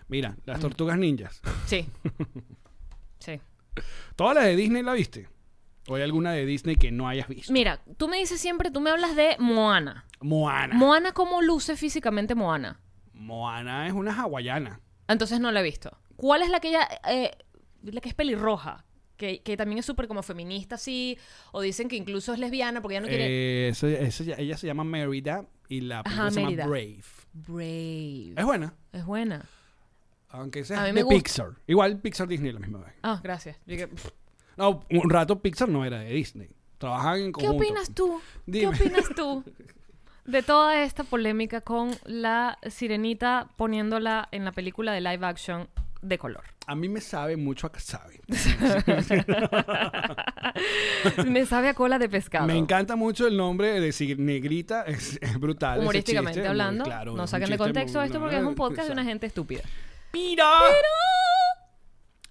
Mira, las tortugas ninjas. <laughs> Sí. Sí. ¿Todas las de Disney la viste? ¿O hay alguna de Disney que no hayas visto? Mira, tú me dices siempre, tú me hablas de Moana. Moana. Moana, ¿cómo luce físicamente Moana? Moana es una hawaiana. Entonces no la he visto. ¿Cuál es la que ella, eh, la que es pelirroja? Que, que también es súper como feminista, así. O dicen que incluso es lesbiana porque ella no quiere... Eh, eso- eso ya- ella se llama Merida y la película se Mérida. llama Brave. Brave. Es buena, Es buena. aunque A sea mí de me gusta. Pixar. Igual Pixar Disney la misma vez. Ah, gracias. Yo que- No, un rato Pixar no era de Disney. Trabajaban en ¿Qué conjunto. opinas tú? Dime. ¿Qué opinas <laughs> tú de toda esta polémica con la sirenita poniéndola en la película de live action de <laughs> color? A mí me sabe mucho a Kasabe. Me sabe a cola de pescado. Me encanta mucho el nombre de decir negrita, <laughs> es, es brutal. ese Humorísticamente chiste, muy hablando, claro, no es un saquen de chiste contexto muy- esto porque es un podcast de una exacto. gente estúpida. ¡Mira!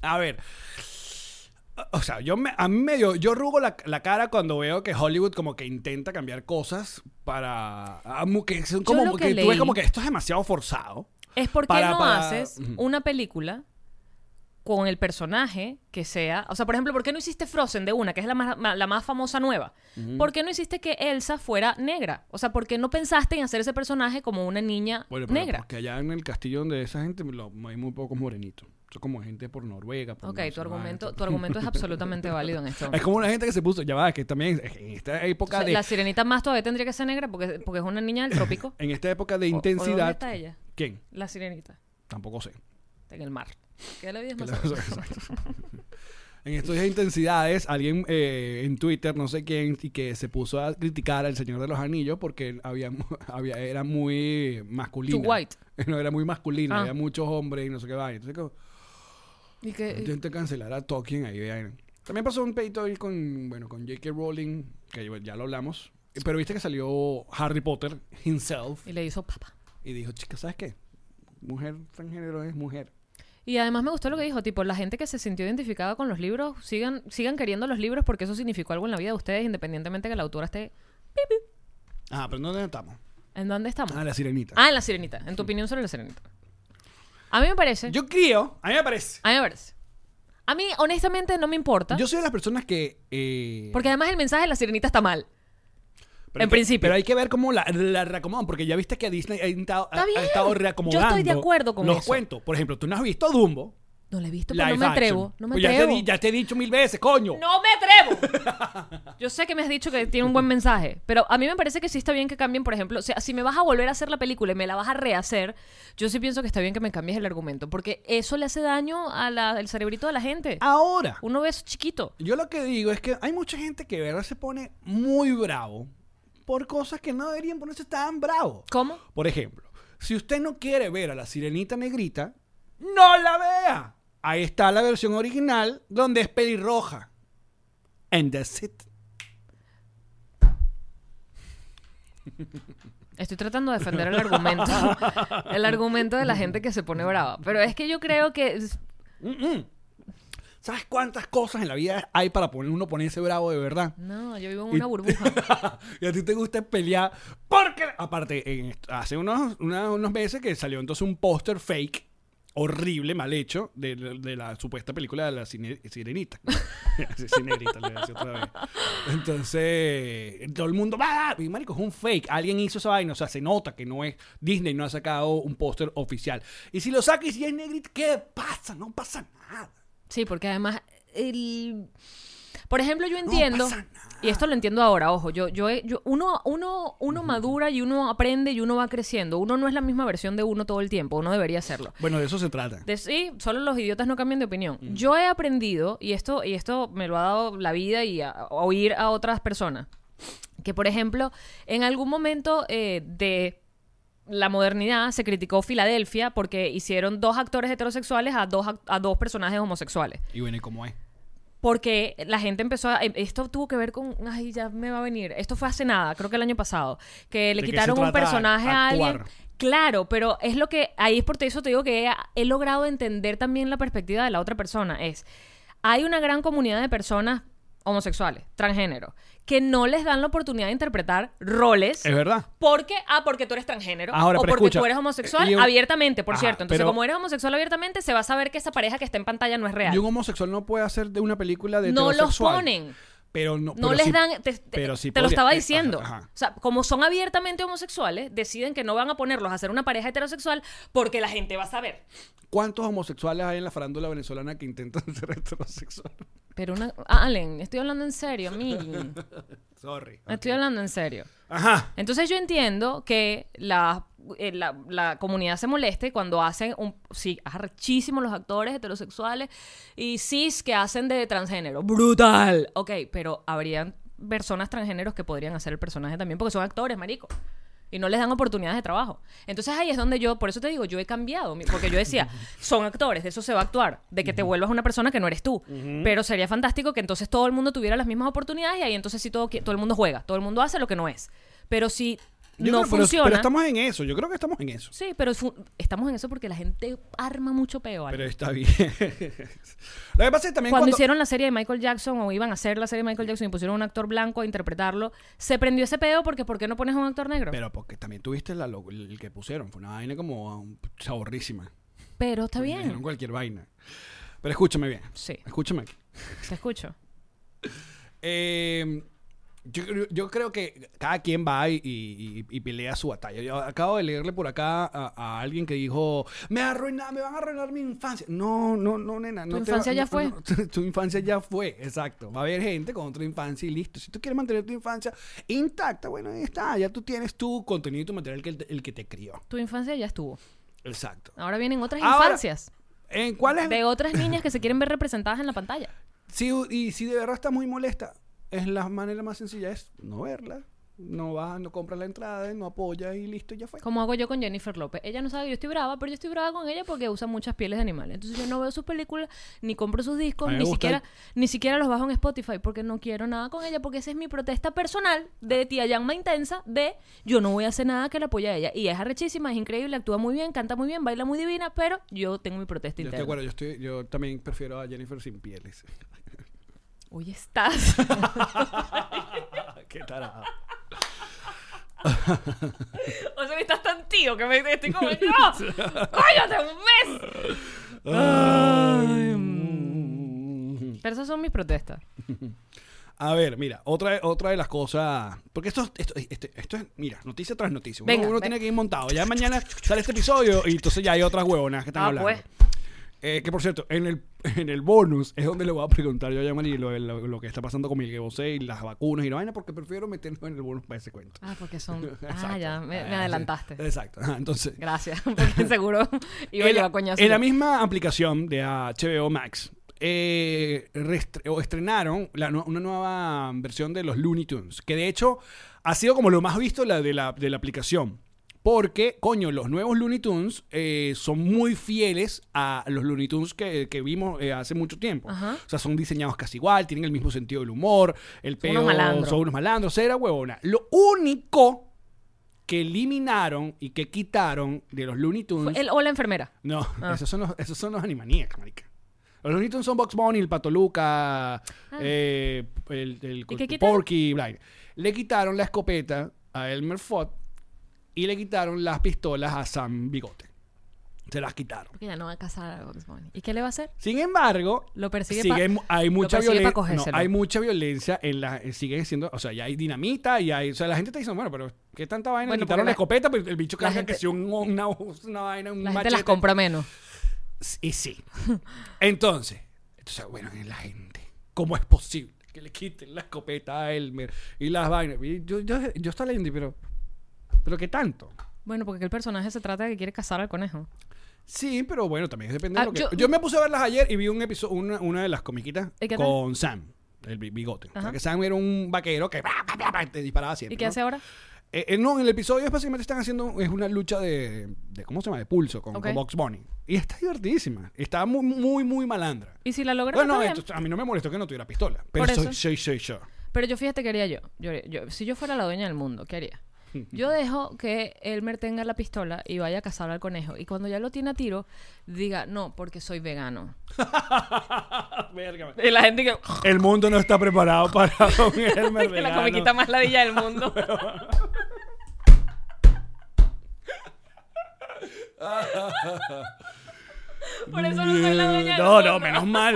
A ver. O sea, yo me, a mí medio, yo rugo la, la cara cuando veo que Hollywood como que intenta cambiar cosas para... ah, mu- Que son como lo que, que tú ves leí- como que esto es demasiado forzado. Es porque Para- no para- haces Ujú. una película con el personaje que sea. O sea, por ejemplo, ¿por qué no hiciste Frozen de una, que es la más, ma- la más famosa nueva? ¿Por qué no hiciste que Elsa fuera negra? O sea, ¿por qué no pensaste en hacer ese personaje como una niña Bueno, pero negra? porque allá en el castillo donde esa gente lo- hay muy pocos morenitos. Son como gente por Noruega. Por Ok, no sé, tu vaina, argumento, por- tu argumento es absolutamente válido en esto. <laughs> Es como una gente que se puso, ya va, que también en esta época O sea, de, la sirenita más todavía tendría que ser negra porque, porque es una niña del trópico. <laughs> en esta época de ¿O- o dónde intensidad. está ella? ¿Quién? La sirenita. Tampoco sé. En el mar. ¿Qué la vida es Que más la- <laughs> sabrosa. en estas intensidades, alguien eh, en Twitter, no sé quién, y que se puso a criticar al Señor de los Anillos porque había, mu- <laughs> había era muy masculino. Too white. <laughs> No, era muy masculino, Ah. había muchos hombres y no sé qué vaina. Entonces, como, Y que, Intenta cancelar a Tolkien ahí, vean. También pasó un peito ahí con, bueno, con J.K. Rowling, que ya lo hablamos. Pero viste que salió Harry Potter himself y le hizo papá. y dijo, chica, ¿sabes qué? Mujer transgénero es mujer. Y además me gustó lo que dijo, tipo, la gente que se sintió identificada con los libros, sigan, sigan queriendo los libros porque eso significó algo en la vida de ustedes, independientemente de que la autora esté... Ah, pero ¿dónde estamos? ¿En dónde estamos? Ah, la sirenita. Ah, en la sirenita. En tu opinión sobre la sirenita. A mí me parece. Yo creo, a mí me parece. A mí me parece. A mí, honestamente, no me importa. Yo soy de las personas que... eh, Porque además el mensaje de la sirenita está mal. pero en hay que- principio. Pero hay que ver cómo la, la reacomodan, porque ya viste que Disney ha, intentado- ha- Está bien. ha estado reacomodando. Yo estoy de acuerdo con los eso. cuentos. Por ejemplo, tú no has visto Dumbo. No la he visto, pero no live me action. atrevo. No me Pues Ya te, atrevo. di- ya te he dicho mil veces, coño. ¡No me atrevo! <laughs> Yo sé que me has dicho que tiene un buen mensaje, pero a mí me parece que sí está bien que cambien, por ejemplo, o sea, si me vas a volver a hacer la película y me la vas a rehacer, yo sí pienso que está bien que me cambies el argumento, porque eso le hace daño a la- al cerebrito de la gente. Ah. Ahora, Uno ve eso chiquito. yo lo que digo es que hay mucha gente que de verdad se pone muy bravo por cosas que no deberían ponerse tan bravo. ¿Cómo? Por ejemplo, si usted no quiere ver a la sirenita negrita, no la vea. Ahí está la versión original donde es pelirroja. And that's it. Estoy tratando de defender el argumento. el argumento de la gente que se pone brava. Pero es que yo creo que. es- ¿Sabes cuántas cosas en la vida hay para poner uno ponerse bravo de verdad? No, yo vivo en Y- una burbuja. <laughs> y a ti te gusta pelear porque aparte en est- hace unos, una- unos meses que salió entonces un póster fake horrible mal hecho de, de la supuesta película de la cine- sirenita <laughs> Sí, sirenita le voy a decir otra vez entonces todo el mundo va y marico es un fake alguien hizo esa vaina o sea se nota que no es Disney no ha sacado un póster oficial y si lo saca y si es negrita ¿qué pasa? no pasa nada Sí, porque además el por ejemplo, yo entiendo pasa nada. y esto lo entiendo ahora, ojo, yo yo, he- yo- uno uno uno madura y uno aprende y uno va creciendo. Uno no es la misma versión de uno todo el tiempo, uno debería serlo. bueno de eso se trata De- sí, solo los idiotas no cambian de opinión. Yo he aprendido, y esto, y esto me lo ha dado la vida y a- a oír a otras personas, que por ejemplo, en algún momento eh, de la modernidad se criticó Filadelfia porque hicieron dos actores heterosexuales a dos, act- a dos personajes homosexuales. y bueno y cómo es Porque la gente empezó a... em, Esto tuvo que ver con... Ay, ya me va a venir. Esto fue hace nada, creo que el año pasado. Que le ¿De qué se quitaron un trata personaje a alguien. actuar? Claro, pero es lo que... Ahí es por eso te digo que he, he logrado entender también la perspectiva de la otra persona. Es... Hay una gran comunidad de personas homosexuales, transgénero, que no les dan la oportunidad de interpretar roles. es verdad Porque, ah, porque tú eres transgénero. Eh, Ahora, o pero porque escucha, tú eres homosexual y un- abiertamente, por Ajá, cierto. Entonces, pero- como eres homosexual abiertamente, se va a saber que esa pareja que está en pantalla no es real. Y un homosexual no puede hacer de una película de No los heterosexual. ponen. Pero no, No pero les sí- dan. Te, te- pero sí te lo podría- estaba eh, diciendo. ajá, ajá. O sea, como son abiertamente homosexuales, deciden que no van a ponerlos a hacer una pareja heterosexual porque la gente va a saber. ¿Cuántos homosexuales hay en la farándula venezolana que intentan <laughs> ser heterosexual? Pero una. ah, Allen, estoy hablando en serio, <laughs> mí. Sorry. Estoy hablando en serio. Ajá. Entonces yo entiendo que la, eh, la, la comunidad se moleste cuando hacen un... Sí, arrechísimo los actores heterosexuales y cis que hacen de transgénero. ¡Brutal! Ok, pero habrían personas transgéneros que podrían hacer el personaje también porque son actores, marico. Y no les dan oportunidades de trabajo. Entonces ahí es donde yo, por eso te digo, yo he cambiado. mi- Porque <laughs> yo decía, son actores, de eso se va a actuar. De que te vuelvas una persona que no eres tú. Pero sería fantástico que entonces todo el mundo tuviera las mismas oportunidades y ahí entonces sí todo, qui- todo el mundo juega. Todo el mundo hace lo que no es. Pero si Yo no creo- pero- funciona. Pero estamos en eso. Yo creo que estamos en eso. Sí, pero fu- estamos en eso porque la gente arma mucho peor. Pero está bien. <laughs> Lo que pasa es también cuando, cuando... hicieron la serie de Michael Jackson o iban a hacer la serie de Michael Jackson y pusieron a un actor blanco a interpretarlo, se prendió ese pedo porque ¿por qué no pones a un actor negro? Pero, Pero porque también tuviste la lo- el que pusieron. Fue una vaina como um, saborrísima. está pues, Dijeron bien. cualquier vaina. Pero escúchame bien. Sí, Escúchame aquí. te escucho. Eh, Yo, yo creo que cada quien va y, y- y- y pelea su batalla. Yo acabo de leerle por acá a, a alguien que dijo, me, arruina, me van a arruinar mi infancia. No, no, no, nena. Tu no te infancia ya no, fue. no, <laughs> tu, tu infancia ya fue, exacto. Va a haber gente con otra infancia y listo. Si tú quieres mantener tu infancia intacta, bueno, ahí está. Ya tú tienes tu contenido y tu material que el, el que te crió. Tu infancia ya estuvo. Exacto. Ahora vienen otras Ahora- infancias. ¿En cuál es? <laughs> De otras niñas que se quieren ver representadas en la pantalla. Si, y si de verdad está muy molesta, es la manera más sencilla es no verla. No vas, no compras la entrada, no apoyas y listo, ya fue. Como hago yo con Jennifer López. Ella no sabe que yo estoy brava, pero yo estoy brava con ella porque usa muchas pieles de animales. Entonces yo no veo sus películas, ni compro sus A discos, mí me ni gusta siquiera, ni siquiera los bajo en Spotify porque no quiero nada con ella, porque esa es mi protesta personal de tía Yanma intensa de yo no voy a hacer nada que la apoye a ella. Y es arrechísima, es increíble, actúa muy bien, canta muy bien, baila muy divina, pero yo tengo mi protesta Yo estoy de interna. acuerdo, yo, estoy, yo también prefiero a Jennifer sin pieles. Hoy estás. <laughs> Qué tarada. o sea, que estás tan tío que me estoy como, <laughs> ¡no! ¡Cállate un mes! mm. Pero esas son mis protestas. A ver, mira, otra, otra de las cosas. Porque esto, esto, esto, esto es, mira, noticia tras noticia. Uno- Venga, uno venga. tiene que ir montado. Ya mañana sale este episodio y entonces ya hay otras huevonas que están Ah, hablando. pues. Eh, que por cierto, en el, en el bonus es donde le voy a preguntar yo a Yamari lo, lo, lo que está pasando con Miguel Bosé y las vacunas y la vaina, porque prefiero meternos en el bonus para ese cuento. Ah, porque son. Ah, <laughs> Exacto. ya, me, me Ah, adelantaste. sí. Exacto. Ajá, Entonces, Gracias, <laughs> porque seguro en iba a la- llevar coñazo. en la misma aplicación de HBO Max, eh, restre- o estrenaron la nu- una nueva versión de los Looney Tunes, que de hecho ha sido como lo más visto la de la, de la aplicación. Porque, coño, los nuevos Looney Tunes eh, son muy fieles a los Looney Tunes que, que vimos eh, hace mucho tiempo. Ajá. O sea, son diseñados casi igual, tienen el mismo sentido del humor, el Son peo, unos malandros. son unos malandros, cera huevona. Lo único que eliminaron y que quitaron de los Looney Tunes Fue el- o la enfermera. no, Ah. esos son los, esos son los Animaniacs, marica. Los Looney Tunes son Box Bunny, el Pato Luca, eh, el, el, Ah. ¿Y qué el quitaron? Porky, bla, bla. Le quitaron la escopeta a Elmer Fudd y le quitaron las pistolas a Sam Bigote. Se las quitaron. Porque ya no va a casar a Bugs Bunny. ¿Y qué le va a hacer? Sin embargo, Lo persigue sigue pa- mu- hay lo mucha persigue pa' violencia. cogérselo. hay mucha violencia en la eh, sigue siendo, o sea, ya hay dinamita y hay, o sea, la gente te dice, bueno, pero qué tanta vaina, Bueno, Le quitaron la porque la- escopeta, pero el bicho la carga que gente- si un, una, una vaina, un La gente machete. las compra menos. Y sí. <laughs> Entonces, entonces, bueno, es la gente. ¿Cómo es posible que le quiten la escopeta a Elmer y las vainas? Y Yo, yo, yo estaba leyendo, y, pero. ¿Pero qué tanto? Bueno, porque el personaje se trata de que quiere casar al conejo. Sí, pero bueno, también depende Ah, de lo que. Yo, yo- me puse a verlas ayer y vi un episodio, una, una de las comiquitas ¿Y qué tal? con Sam, el bi- bigote. O sea, Ajá. que Sam era un vaquero que bla, bla, bla, bla, te disparaba siempre. ¿Y qué ¿no? hace ahora? Eh, eh, no, en el episodio es básicamente están haciendo es una lucha de, de ¿cómo se llama? De pulso con, Ok. con Box Bunny. Y está divertidísima. Está muy, muy, muy malandra. ¿Y si la logra? Bueno, Está bien. esto- a mí no me molestó que no tuviera pistola. Pero Por soy, eso. soy, soy yo. Pero yo fíjate que haría yo. Yo, haría- yo- Si yo fuera la dueña del mundo, ¿qué <laughs> haría? Yo dejo que Elmer tenga la pistola y vaya a cazar al conejo. Y cuando ya lo tiene a tiro, diga, no, porque soy vegano. Ah, Y la gente que... <laughs> El mundo no está preparado <laughs> para un Elmer Que la vegano. comiquita más ladilla del <laughs> mundo. Por eso no soy la dueña del No, no, mundo. menos <laughs> mal.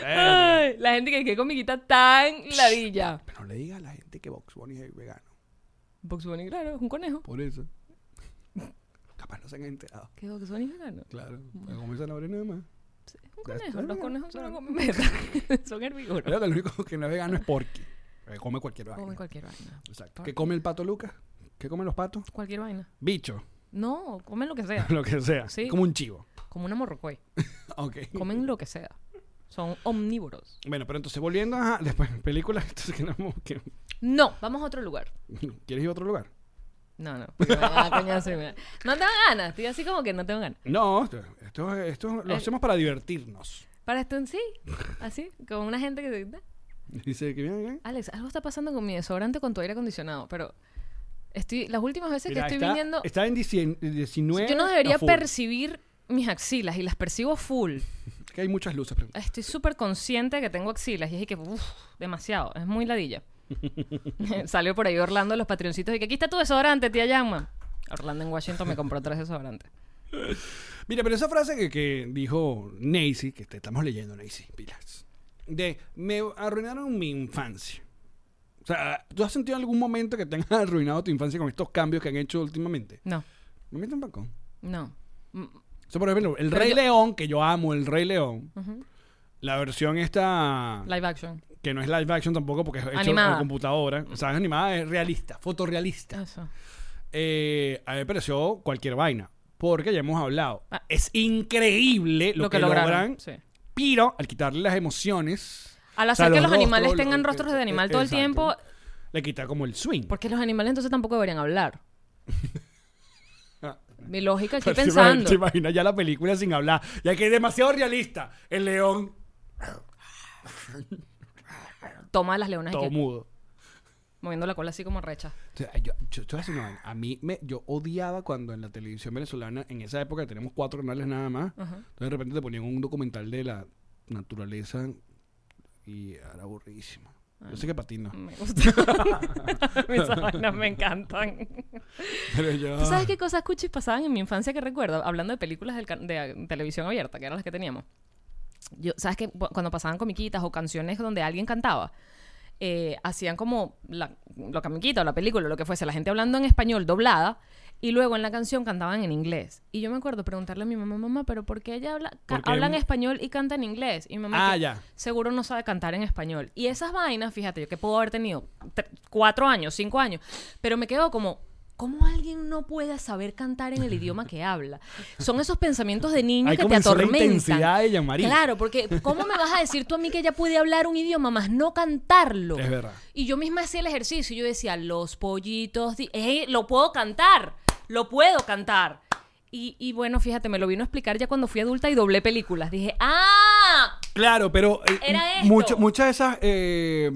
Verga. Ay, la gente que qué comiquita tan ladilla. Pero no le diga a la gente que Box Bunny es vegano. Box Bunny, claro, es un conejo. Por eso. Capaz no se han enterado. ¿Qué Box Bunny es vegano? Claro. Porque comen zanahoria nada más. Es un Ya está conejo. Los bien, conejos claro. no comen mierda. <laughs> Son herbívoros. Creo que el único que no es vegano es Porky. Que come cualquier vaina. Comen cualquier vaina. Exacto. ¿Qué come el pato Lucas? ¿Qué comen los patos? Cualquier vaina. Bicho. <laughs> No, comen lo que sea. Lo que sea. Sí. Como un chivo. <laughs> Como una morrocoy. Ok. <laughs> Comen lo que sea. Son omnívoros. Bueno, pero entonces volviendo a <laughs> después películas entonces, que no hemos- que- No, vamos a otro lugar. ¿Quieres ir a otro lugar? No, pues no. porque me da coñazo y me da- No tengo ganas. Estoy así como que no tengo ganas. No, esto, esto, esto lo Eh. hacemos para divertirnos. <laughs> Para esto en sí. Así. Con una gente que se... Dice que viene acá. Alex, algo está pasando con mi desodorante o con tu aire acondicionado. Pero estoy... Las últimas veces Mira, que estoy está, viniendo... está en 19. Yo no debería a full. percibir mis axilas y las percibo full. Que hay muchas luces. pero- Estoy súper consciente de que tengo axilas y es que, uff, demasiado. Es muy <laughs> ladilla. Salió por ahí Orlando los patrioncitos y que aquí está tu desodorante, tía Yama. Orlando en Washington me compró tres desodorantes. Mira, pero esa frase que, que dijo Nancy, que te estamos leyendo, Nancy Pilas, de me arruinaron mi infancia. sea, ¿tú has sentido en algún momento que te han <laughs> arruinado tu infancia con estos cambios que han hecho últimamente? No, A mí tampoco. O no. Mm, sea, por ejemplo, El Pero Rey yo- León, que yo amo, El Rey León, ujú. la versión esta, Live action. que no es live action tampoco porque es hecho Animada. por computadora, o sea, es animada, es realista, fotorrealista. Eso. Eh, a mí me pareció cualquier vaina, porque ya hemos hablado. Ah. Es increíble lo, que, logran, Sí. pero al quitarle las emociones... Al o sea, hacer que los animales rostros, tengan lo- eh, rostros de animal todo el exacto. tiempo, Le quita como el swing. <laughs> porque los animales entonces tampoco deberían hablar. Mi lógica estoy Pero se imagina- <laughs> pensando. Se imagina ya la película sin hablar. Ya que es demasiado realista. El león Toma las leonas y todo que- mudo. moviendo la cola así como recha. <laughs> O sea, Yo, yo, yo hace una vaina. a mí me, yo odiaba cuando en la televisión venezolana, en esa época tenemos cuatro canales nada más, entonces de repente te ponían un documental de la naturaleza y era aburridísimo. Yo sé que para ti no. Me gusta. <laughs> Mis vainas me encantan. Pero yo... ¿Tú sabes qué cosas cuchis pasaban en mi infancia que recuerdo? Hablando de películas del can- de, eh, televisión abierta, que eran las que teníamos. Yo, ¿Sabes que Cuando pasaban comiquitas o canciones donde alguien cantaba, eh, hacían como la, la comiquita o la película, lo que fuese, la gente hablando en español doblada. Y luego en la canción cantaban en inglés. Y yo me acuerdo preguntarle a mi mamá, mamá, ¿pero por qué ella habla, ca- ¿Por qué? habla en español y canta en inglés? Y mi mamá, Ah, "Que ya. seguro no sabe cantar en español. Y esas vainas, fíjate, yo que puedo haber tenido tre- cuatro años, cinco años, pero me quedo como, ¿cómo alguien no puede saber <laughs> cantar en el idioma que habla? Son esos pensamientos de niño Ahí que te comenzó la atormentan. intensidad de Yamarí. Claro, porque ¿cómo me vas a decir tú a mí que ella puede hablar un idioma más no cantarlo? Es verdad. Y yo misma hacía el ejercicio y yo decía, los pollitos, di- ¡Ey, lo puedo cantar, lo puedo cantar. Y, y bueno, fíjate, me lo vino a explicar ya cuando fui adulta y doblé películas. Dije, ¡ah! Claro, pero eh, Era m- esto. mucho- muchas de esas... eh,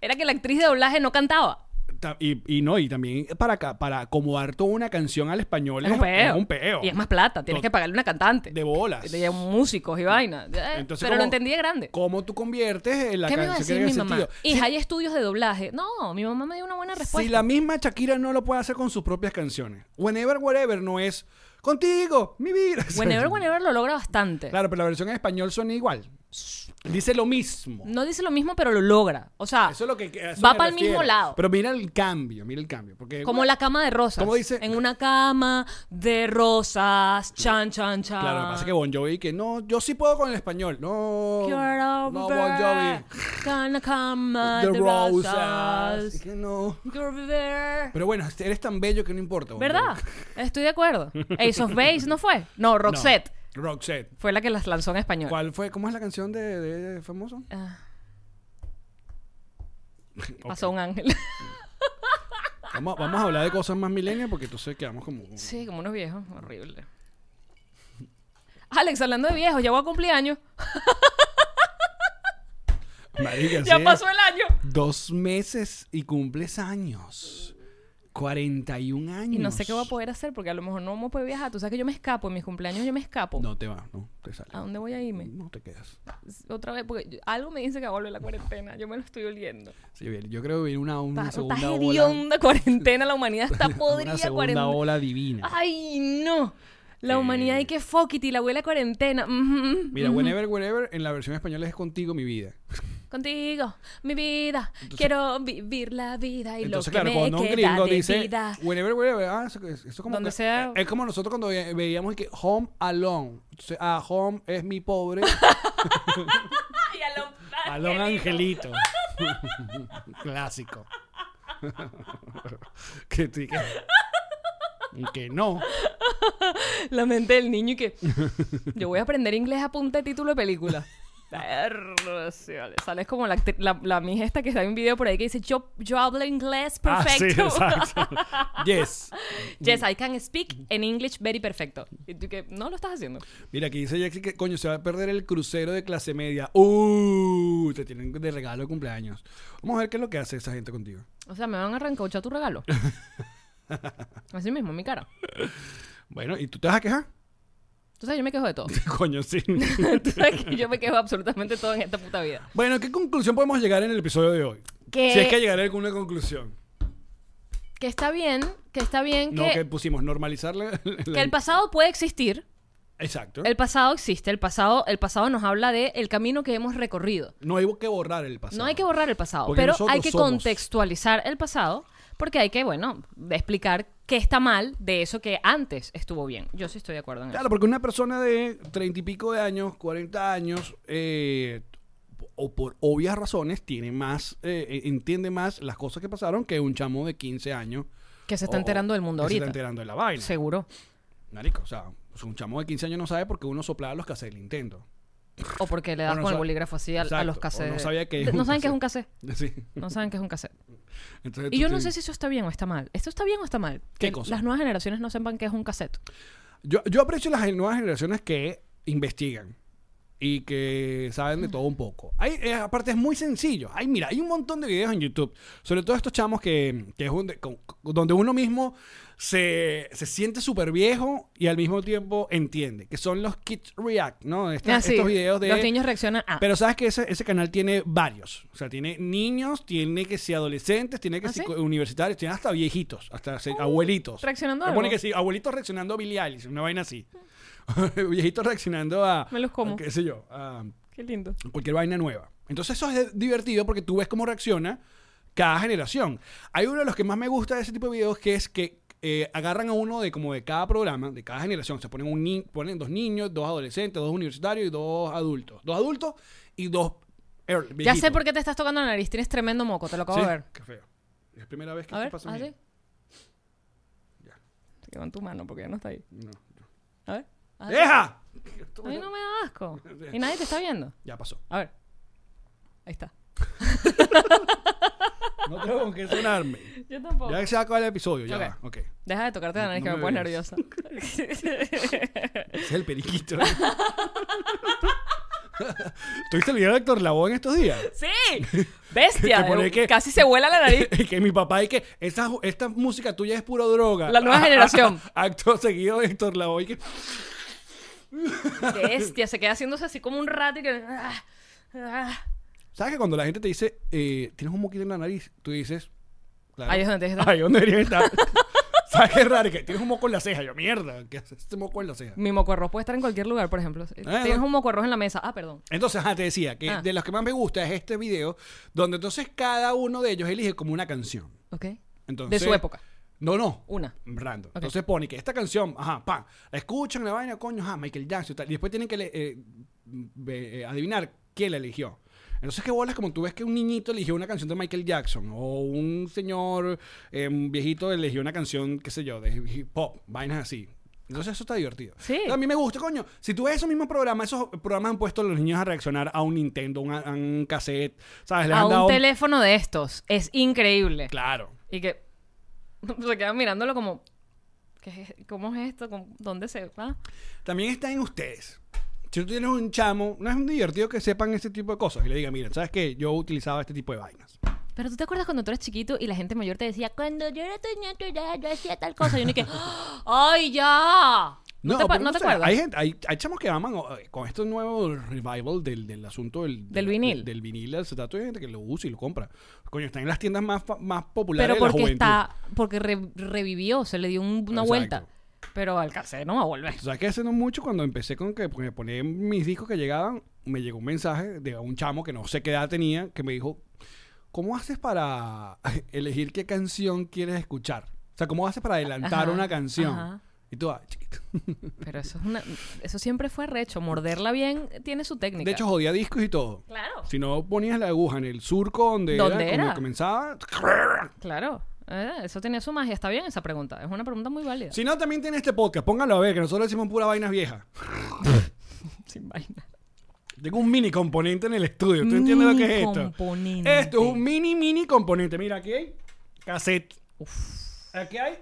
Era que la actriz de doblaje no cantaba. Ta- Y, y no, y también para, ca- para acomodar toda una canción al español Es un peo. es un peo. Y es más plata. Tienes To- que pagarle a una cantante. De bolas. De músicos y vaina. Eh, Entonces, pero lo ¿cómo- entendí de grande. ¿Cómo tú conviertes eh, la ¿Qué me iba a canción que decir mi haga mamá? sentido? Hija, hay estudios de doblaje. No, mi mamá me dio una buena respuesta. Si la misma Shakira no lo puede hacer con sus propias canciones. Whenever, whatever no es contigo, mi vida. <laughs> Whenever, whenever lo logra bastante. Claro, pero la versión en español suena igual. Dice lo mismo. No dice lo mismo, pero lo logra. O sea, Eso es lo que. a eso Mm. va me pa'l refiero. mismo lado. Pero mira el cambio, mira el cambio. Porque como la cama de rosas. ¿Cómo dice? En una cama de rosas. Chan, chan, chan. Claro, lo que pasa es que Bon Jovi que no, yo sí puedo con el español. No. You're No, Bon over. Jovi. Gonna come The the Rosas. Es roses. que no. You're over. Pero bueno, eres tan bello que no importa. Bon ¿Verdad? Estoy de acuerdo. Ace of Base no fue. No, Jovi. Roxette No, Roxette. fue la que las lanzó en español. ¿Cuál fue? ¿Cómo es la canción de, de- de famoso? Ah, <laughs> Ok. pasó un ángel. <laughs> Vamos, vamos a hablar de cosas más milenias porque entonces quedamos como. sí, como unos viejos. Horrible. Alex, hablando de viejos, ya voy a cumplir años. ¿Ah, Marica, Ya sí. pasó el año. Dos meses y cumples años. 41 años. Y no sé qué voy a poder hacer porque a lo mejor no me puedo viajar. Tú sabes que yo me escapo. En mis cumpleaños yo me escapo. No te va, no te sale. ¿A dónde voy a irme? No te quedas. Otra vez, porque yo- algo me dice que va a volver la cuarentena. Yo me lo estoy oliendo. Sí, bien, yo creo que viene una, una Estás segunda estás ola. hedionda cuarentena. La humanidad está <laughs> podrida. una segunda cuaren- ola divina. ¡Ay, no! La Eh. humanidad y que y la abuela cuarentena. Ujú. Mira, Whenever, Whenever, en la versión española es contigo mi vida. Contigo, mi vida. Quiero vivir la vida y Entonces, lo que claro, cuando me un queda gringo de dice vida. whenever, wherever, ah, eso, eso es como Donde que- sea- es como nosotros cuando ve- veíamos que home alone, Entonces, ah, home es mi pobre, Ay, a lo- alone angelito. <laughs> Clásico. <laughs> que, sí, que- que no. La mente del niño <laughs> y que yo voy a aprender inglés a punta de título de película. Perro, sí, vale. Sales como la, actri- la, la mija esta que está en un video por ahí que dice yo, yo hablo inglés Ah, sí, perfecto. exacto. Yes. <laughs> yes, I can speak in English very perfecto. Y tú que no lo estás haciendo. Mira, aquí dice Jaxi que coño, se va a perder el crucero de clase media. Uh, te tienen de regalo de cumpleaños. Vamos a ver qué es lo que hace esa gente contigo. O sea, me van a arrancauchar <laughs> tu regalo. Así mismo, mi cara. Bueno, ¿y tú te vas a quejar? <laughs> Tú sabes, yo me quejo de todo. <laughs> Coño, sí. Tú sabes que yo me quejo absolutamente todo en esta puta vida. Bueno, ¿qué conclusión podemos llegar en el episodio de hoy? Que- Si es que llegar a alguna conclusión. Que está bien, que está bien No, que, que pusimos normalizar la- la- que el pasado puede existir, <laughs> Exacto. El pasado existe, el pasado, el pasado nos habla de el camino que hemos recorrido. No hay que borrar el pasado. No hay que borrar el pasado, Porque pero nosotros hay que somos. contextualizar el pasado porque hay que, bueno, explicar qué está mal de eso que antes estuvo bien. Yo sí estoy de acuerdo en eso. Claro, porque una persona de treinta y pico de años, 40 años, eh, o por obvias razones, tiene más, eh, entiende más las cosas que pasaron que un chamo de 15 años. Que se está o- enterando del mundo Oh, que ahorita. Se está enterando de la vaina. Seguro. Marico, o sea, pues un chamo de 15 años no sabe porque uno soplaba los cassettes del Nintendo. <laughs> O porque le O das no con el sabe- bolígrafo así a, a Exacto, los o cassettes. no sabía que De- es un no saben qué <laughs> es un cassette. cassette. Sí. No saben qué es un cassette. Entonces, Y tú yo no te- sé si eso está bien o está mal. ¿Esto está bien o está mal? ¿Qué Que cosa? Las nuevas generaciones no sepan qué es un cassette. Yo, yo aprecio las nuevas generaciones que investigan y que saben de Mm. todo un poco. Hay, eh, aparte es muy sencillo. Ay, mira, hay un montón de videos en YouTube, sobre todo estos chamos que, que es donde, con- donde uno mismo se, se siente súper viejo y al mismo tiempo entiende, que son los Kids React, ¿no? Esta- Ah, sí. Estos videos de... Los niños reaccionan a... Pero sabes que ese, ese canal tiene varios. O sea, tiene niños, tiene que ser adolescentes, tiene que ¿Ah, ser sí? Uh, universitarios, tiene hasta viejitos, hasta se- abuelitos. reaccionando a Te pone algo. que sí, abuelitos reaccionando a Billie Eilish, una vaina así. <laughs> viejitos reaccionando a. Me los como. a qué sé yo, a Qué lindo. cualquier vaina nueva. Entonces, eso es divertido porque tú ves cómo reacciona cada generación. Hay uno de los que más me gusta de ese tipo de videos que es que. eh, agarran a uno de como de cada programa, de cada generación. Se ponen, un ni- ponen dos niños, dos adolescentes, dos universitarios y dos adultos. Dos adultos y dos. earl- Ya sé viejitos. por qué te estás tocando la nariz. Tienes tremendo moco. Te lo acabo Sí, de ver. Qué feo. Es primera vez que A esto ver, ¿ah, pasa a mí. así. Ya. Se quedó en tu mano porque ya no está ahí. No, ¡Eh! no. A ver. haz así. ¡Deja! A mí no me da asco. Y nadie te está viendo. Ya pasó. A ver. Ahí está. No tengo con qué sonarme. Yo tampoco. Ya que se va a acabar el episodio, ya. va. Ok. Deja de tocarte la No nariz que me me, pones veas. <laughs> nerviosa. Es el periquito. <laughs> ¿Tuviste el video de Héctor Lavoe en estos días? <laughs> ¡Sí! Que ¡Bestia! pone que- Casi se vuela la nariz. que mi papá y que esa, esta música tuya es puro droga. <laughs> La nueva generación. Acto seguido de Héctor Lavoe. Que, ¡Bestia! Se queda haciéndose así como un rato y que... ah, ah. ¿Sabes que cuando la gente te dice, eh, tienes un moquito en la nariz? Tú dices, claro, Ahí es donde está. ahí es donde debería estar. <laughs> ¿Sabes qué raro? Que tienes un moco en la ceja. Yo, mierda, ¿qué haces este moco en la ceja? Mi moco de arroz puede estar en cualquier lugar, por ejemplo. Eh, no. Tienes un moco de arroz en la mesa. Ah, perdón. Entonces, ajá, te decía que Ah. de los que más me gusta es este video, donde entonces cada uno de ellos elige como una canción. Ok. Entonces, De su época. No, no. Una. Random. Entonces pone que esta canción, ajá, pa, la escuchan, la vaina, coño, ajá, Michael Jackson y tal. Y después tienen que le- eh, ve- eh, adivinar quién la eligió. Entonces, ¿qué bolas? Como tú ves que un niñito eligió una canción de Michael Jackson, o un señor, eh, un viejito eligió una canción, qué sé yo, de hip hop, vainas así. Entonces, eso está divertido. Sí. Entonces, a mí me gusta, coño. Si tú ves esos mismos programas, esos programas han puesto a los niños a reaccionar a un Nintendo, un- a un cassette, ¿sabes? Le a han un dado. teléfono de estos. Es increíble. Claro. Y que <laughs> se quedan mirándolo como, ¿qué es- ¿cómo es esto? ¿Cómo- ¿Dónde se va? también está en ustedes. Si tú tienes un chamo, no es un divertido que sepan este tipo de cosas y le digan, miren, ¿sabes qué? Yo utilizaba este tipo de vainas. Pero tú te acuerdas cuando tú eras chiquito y la gente mayor te decía, cuando yo era tu nieto, ya, yo hacía tal cosa. Y uno y que, "¡Ah! ¡ay, ya! ¿No, te, pa- pero no te sé, acuerdas? Hay, gente- hay, hay chamos que aman o, eh, con este nuevo revival del, del asunto del, Del vinil. Del, vinil al acetato. Hay gente que lo usa y lo compra. Coño, está en las tiendas más, fa- más populares Pero de la porque juventud. está, porque re- revivió, se le dio un- una Exacto. vuelta. Pero al cassette no va a volver. O sea, que hace no mucho cuando empecé con que me ponía mis discos que llegaban, me llegó un mensaje de un chamo que no sé qué edad tenía, que me dijo, ¿cómo haces para <laughs> elegir qué canción quieres escuchar? O sea, ¿cómo haces para adelantar Ajá, una canción? ajá. Y tú, ah, <laughs> chiquito. Pero eso es una, eso siempre fue recho. Morderla bien tiene su técnica. De hecho, jodía discos y todo. claro. Si no ponías la aguja en el surco donde, ¿Dónde cuando era? comenzaba. <laughs> Claro. Eh, eso tenía su magia. Está bien esa pregunta. Es una pregunta muy válida. Si no, también tiene este podcast. Póngalo a ver, que nosotros decimos puras vainas viejas. Sin vaina. Tengo un mini componente en el estudio. ¿Tú entiendes lo que es esto? Componente. Esto es un mini, mini componente. Mira, aquí hay cassette. Aquí hay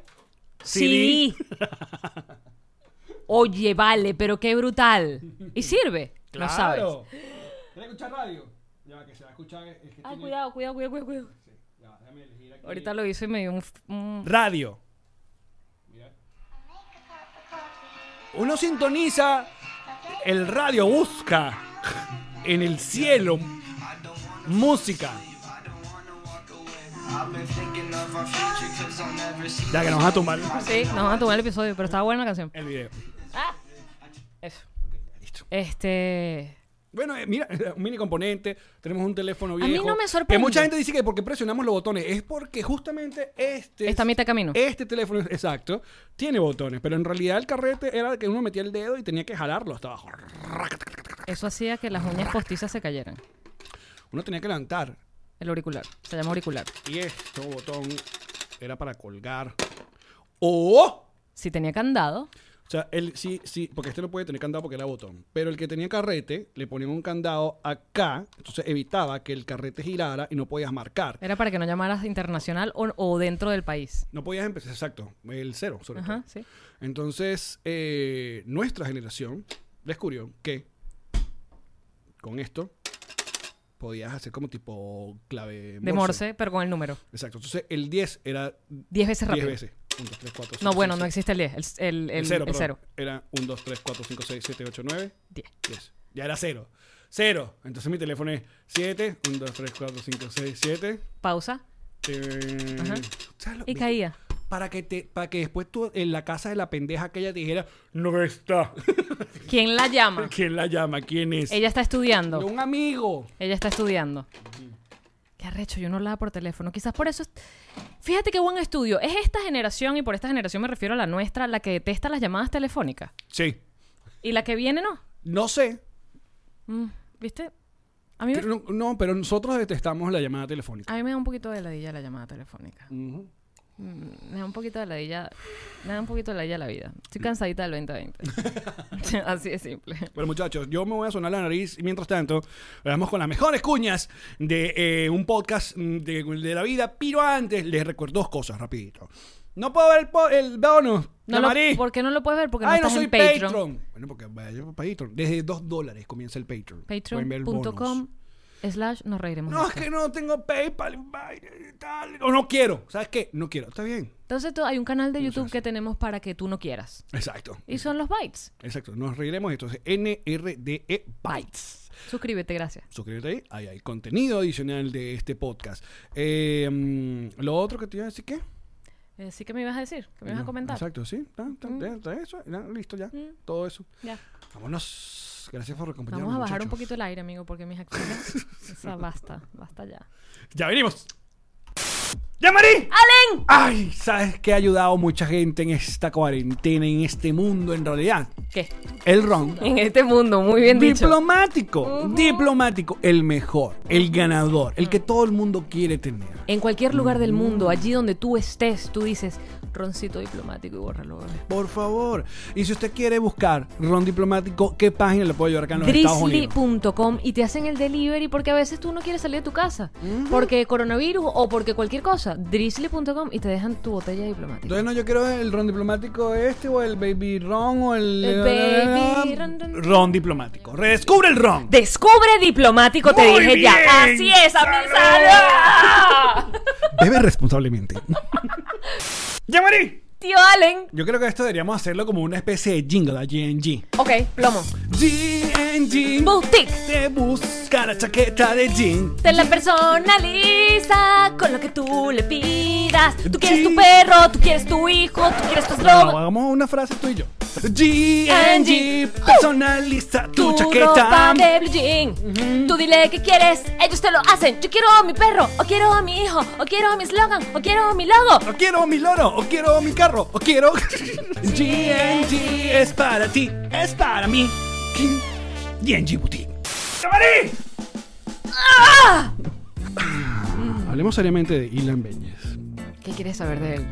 Sí. Oye, vale, pero qué brutal. ¿Y sirve? No sabes. Claro. ¿Quieres escuchar radio? Ya, va, que se va a escuchar. Es que Ay, tiene- cuidado, cuidado, cuidado, cuidado, cuidado. Sí, ya, va, déjame elegir aquí. Ahorita lo hizo y me dio un... f- un- Radio. Uno sintoniza el radio, busca en el cielo música. Ya que nos va a tumbar Sí, nos vamos a tomar el episodio, pero estaba buena la canción. el video. Ah, Eso. Ok, ya, listo. Este. Bueno, eh, mira, <laughs> un mini componente, tenemos un teléfono viejo. mí no me sorprende. Que mucha gente dice que porque presionamos los botones, es porque justamente este Está a mitad de camino. este teléfono <laughs> exacto tiene botones, pero en realidad el carrete era que uno metía el dedo y tenía que jalarlo hasta abajo. Eso hacía que las uñas postizas se cayeran. Uno tenía que levantar El auricular. Se llama auricular. y este botón era para colgar o Si tenía candado, O sea, él sí, sí, porque este no puede tener candado porque era botón. Pero el que tenía carrete, le ponían un candado acá, entonces evitaba que el carrete girara y no podías marcar. era para que no llamaras internacional o, o dentro del país. No podías empezar, exacto, el cero, sobre Ajá, todo. sí. Entonces, eh, nuestra generación descubrió que con esto podías hacer como tipo clave De morse, pero con el número. Exacto, entonces el 10 era 10 10 veces rápido. veces. 1, 2, 3, 4, 5, No, bueno, no existe el 10. El, el, el, cero, el perdón. cero. Era 1, 2, 3, 4, 5, 6, 7, 8, 9. 10. 10. Ya era cero. Cero. Entonces mi teléfono es 7. 1, 2, 3, 4, 5, 6, 7. Pausa. Eh, Ajá. Y caía. Para que, te, para que después tú en la casa de la pendeja que ella dijera, no está. ¿Quién <laughs> la llama? ¿Quién la llama? ¿Quién es? Ella está estudiando. Un amigo. Ella está estudiando. Qué arrecho, yo no hablaba por teléfono. Quizás por eso. es- Fíjate qué buen estudio. Es esta generación, y por esta generación me refiero a la nuestra, la que detesta las llamadas telefónicas. Sí. Y la que viene no. No sé. Mm, ¿Viste? A mí, me- Pero No, no, pero nosotros detestamos la llamada telefónica. a mí me da un poquito de ladilla la llamada telefónica. Ujú. Mm, Me da un poquito de ladilla. Me da un poquito de ladilla la vida. Estoy cansadita <laughs> del 2020. Así de simple. Bueno, muchachos, yo me voy a sonar la nariz y mientras tanto, vamos con las mejores cuñas de eh, un podcast mm, de, de la vida. Pero antes, les recuerdo dos cosas rapidito. No puedo ver el, po- el bonus. No No lo, ¿Por qué no lo puedes ver? Porque Ay, no no estás soy en Patreon. Patreon. Bueno, porque vaya por Patreon. Desde dos dólares comienza el Patreon. Pueden ver el bonus. Patreon.com slash nos reiremos. de No, es esto. que no tengo PayPal. vaina y tal. O no quiero. ¿Sabes qué? No quiero. Está bien. Entonces tú- hay un canal de YouTube que tenemos para que tú no quieras. Exacto. Y son los bytes. Exacto. Nos reiremos. Entonces, NRDE E Bytes. Suscríbete, gracias. suscríbete ahí, ahí hay contenido adicional de este podcast. Eh, mm, lo otro que te iba a decir, ¿qué? Eh, Sí que me ibas a decir, que me ibas a No, comentar. Mm. Exacto, sí. ta, ta, ta, ta, eso, ya, listo ya. Todo eso. Ya. Vámonos. Gracias por acompañarnos. Vamos a bajar un muchachos. poquito el aire, amigo, porque mis acciones. <laughs> o sea, basta, basta ya. ¡Ya venimos! ¡Ya, Marí! ¡Alen! Ay, ¿sabes qué ha ayudado mucha gente en esta cuarentena, en este mundo en realidad? ¿Qué? El ron. En este mundo, muy bien dicho. Diplomático, diplomático, el mejor, el ganador, el que todo el mundo quiere tener. En cualquier lugar del mundo, allí donde tú estés, tú dices roncito diplomático y bórralo. bebé". Por favor. Y si usted quiere buscar ron diplomático, ¿qué página le puedo llevar acá en los Estados Unidos? Drizzly.com y te hacen el delivery porque a veces tú no quieres salir de tu casa. Porque coronavirus o porque cualquier cosa. Drizzly.com y te dejan tu botella diplomática. Entonces no, yo quiero el ron diplomático este o el baby ron o el... eh, El baby ron, ron, ron. diplomático. Redescubre el ron. Descubre diplomático, te Muy dije ya. bien, Así es, salud. amizada. Bebe responsablemente. ¡Llamarí! <laughs> Tío Allen. Yo creo que esto deberíamos hacerlo como una especie de jingle a GNG. Ok, plomo. GNG. Boutique. Te busca la chaqueta de jean. Te la personaliza con lo que tú le pidas. Tú quieres tu perro, tú quieres tu hijo, tú quieres tu No, eslogan. hagamos una frase tú y yo. GNG. Personaliza tu, Tu chaqueta. ropa de blue jean. Tú dile qué quieres, ellos te lo hacen. Yo quiero a mi perro, o quiero a mi hijo, o quiero a mi eslogan, o quiero a mi logo. O quiero mi loro, o quiero mi carro, o quiero. <laughs> GNG es para ti, es para mí. GNG Boutique. ¡Camarí! Hablemos seriamente de Ilan Beñez. ¿Qué quieres saber de él?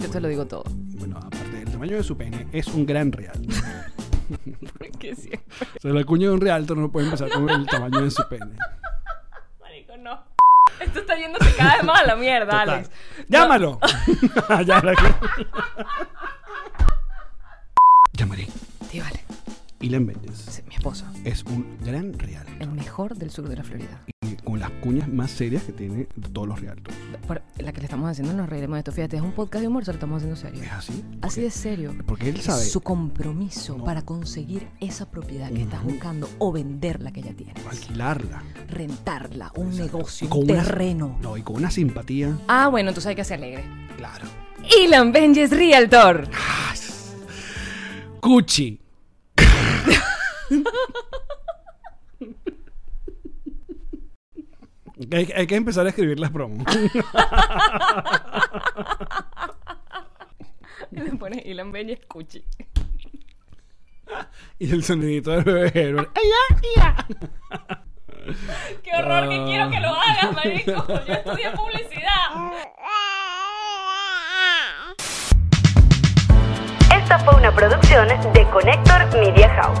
Yo te lo digo todo. Bueno, aparte del tamaño de su pene, es un gran real. Porque sí. O sea, la cuña de un realtor no puede empezar con el tamaño de su pene. Marico, no. Esto está yéndose cada vez más a la mierda, Total. Alex. ¡Llámalo! <laughs> Ya la- Llamaré. Tío Alex, Ilan Beñez mi esposo, es un gran real. el mejor del sur de la Florida. y con las cuñas más serias que tiene todos los realtors. Por- la que le estamos haciendo, nos reiremos de esto. Fíjate, es un podcast de humor, se lo estamos haciendo ¿Es serio. así? Así de serio. Porque él Es sabe. Su compromiso No. para conseguir esa propiedad que estás buscando o vender la que ya tienes. Alquilarla. Rentarla, un negocio, Con un una- terreno. No, y con una simpatía. Ah, bueno, entonces hay que ser alegre. Claro. ¡Ah! Ilan Benjes Realtor. <laughs> Cuchi. Hay, hay que empezar a escribir las promos. <laughs> Y <laughs> le pones Ilan Ben y escuche. y el sonidito del bebé Herbert. ¡Ay, ¡Qué horror que quiero que lo hagas, marico! Yo estudié publicidad. Esta fue una producción de Connector Media House.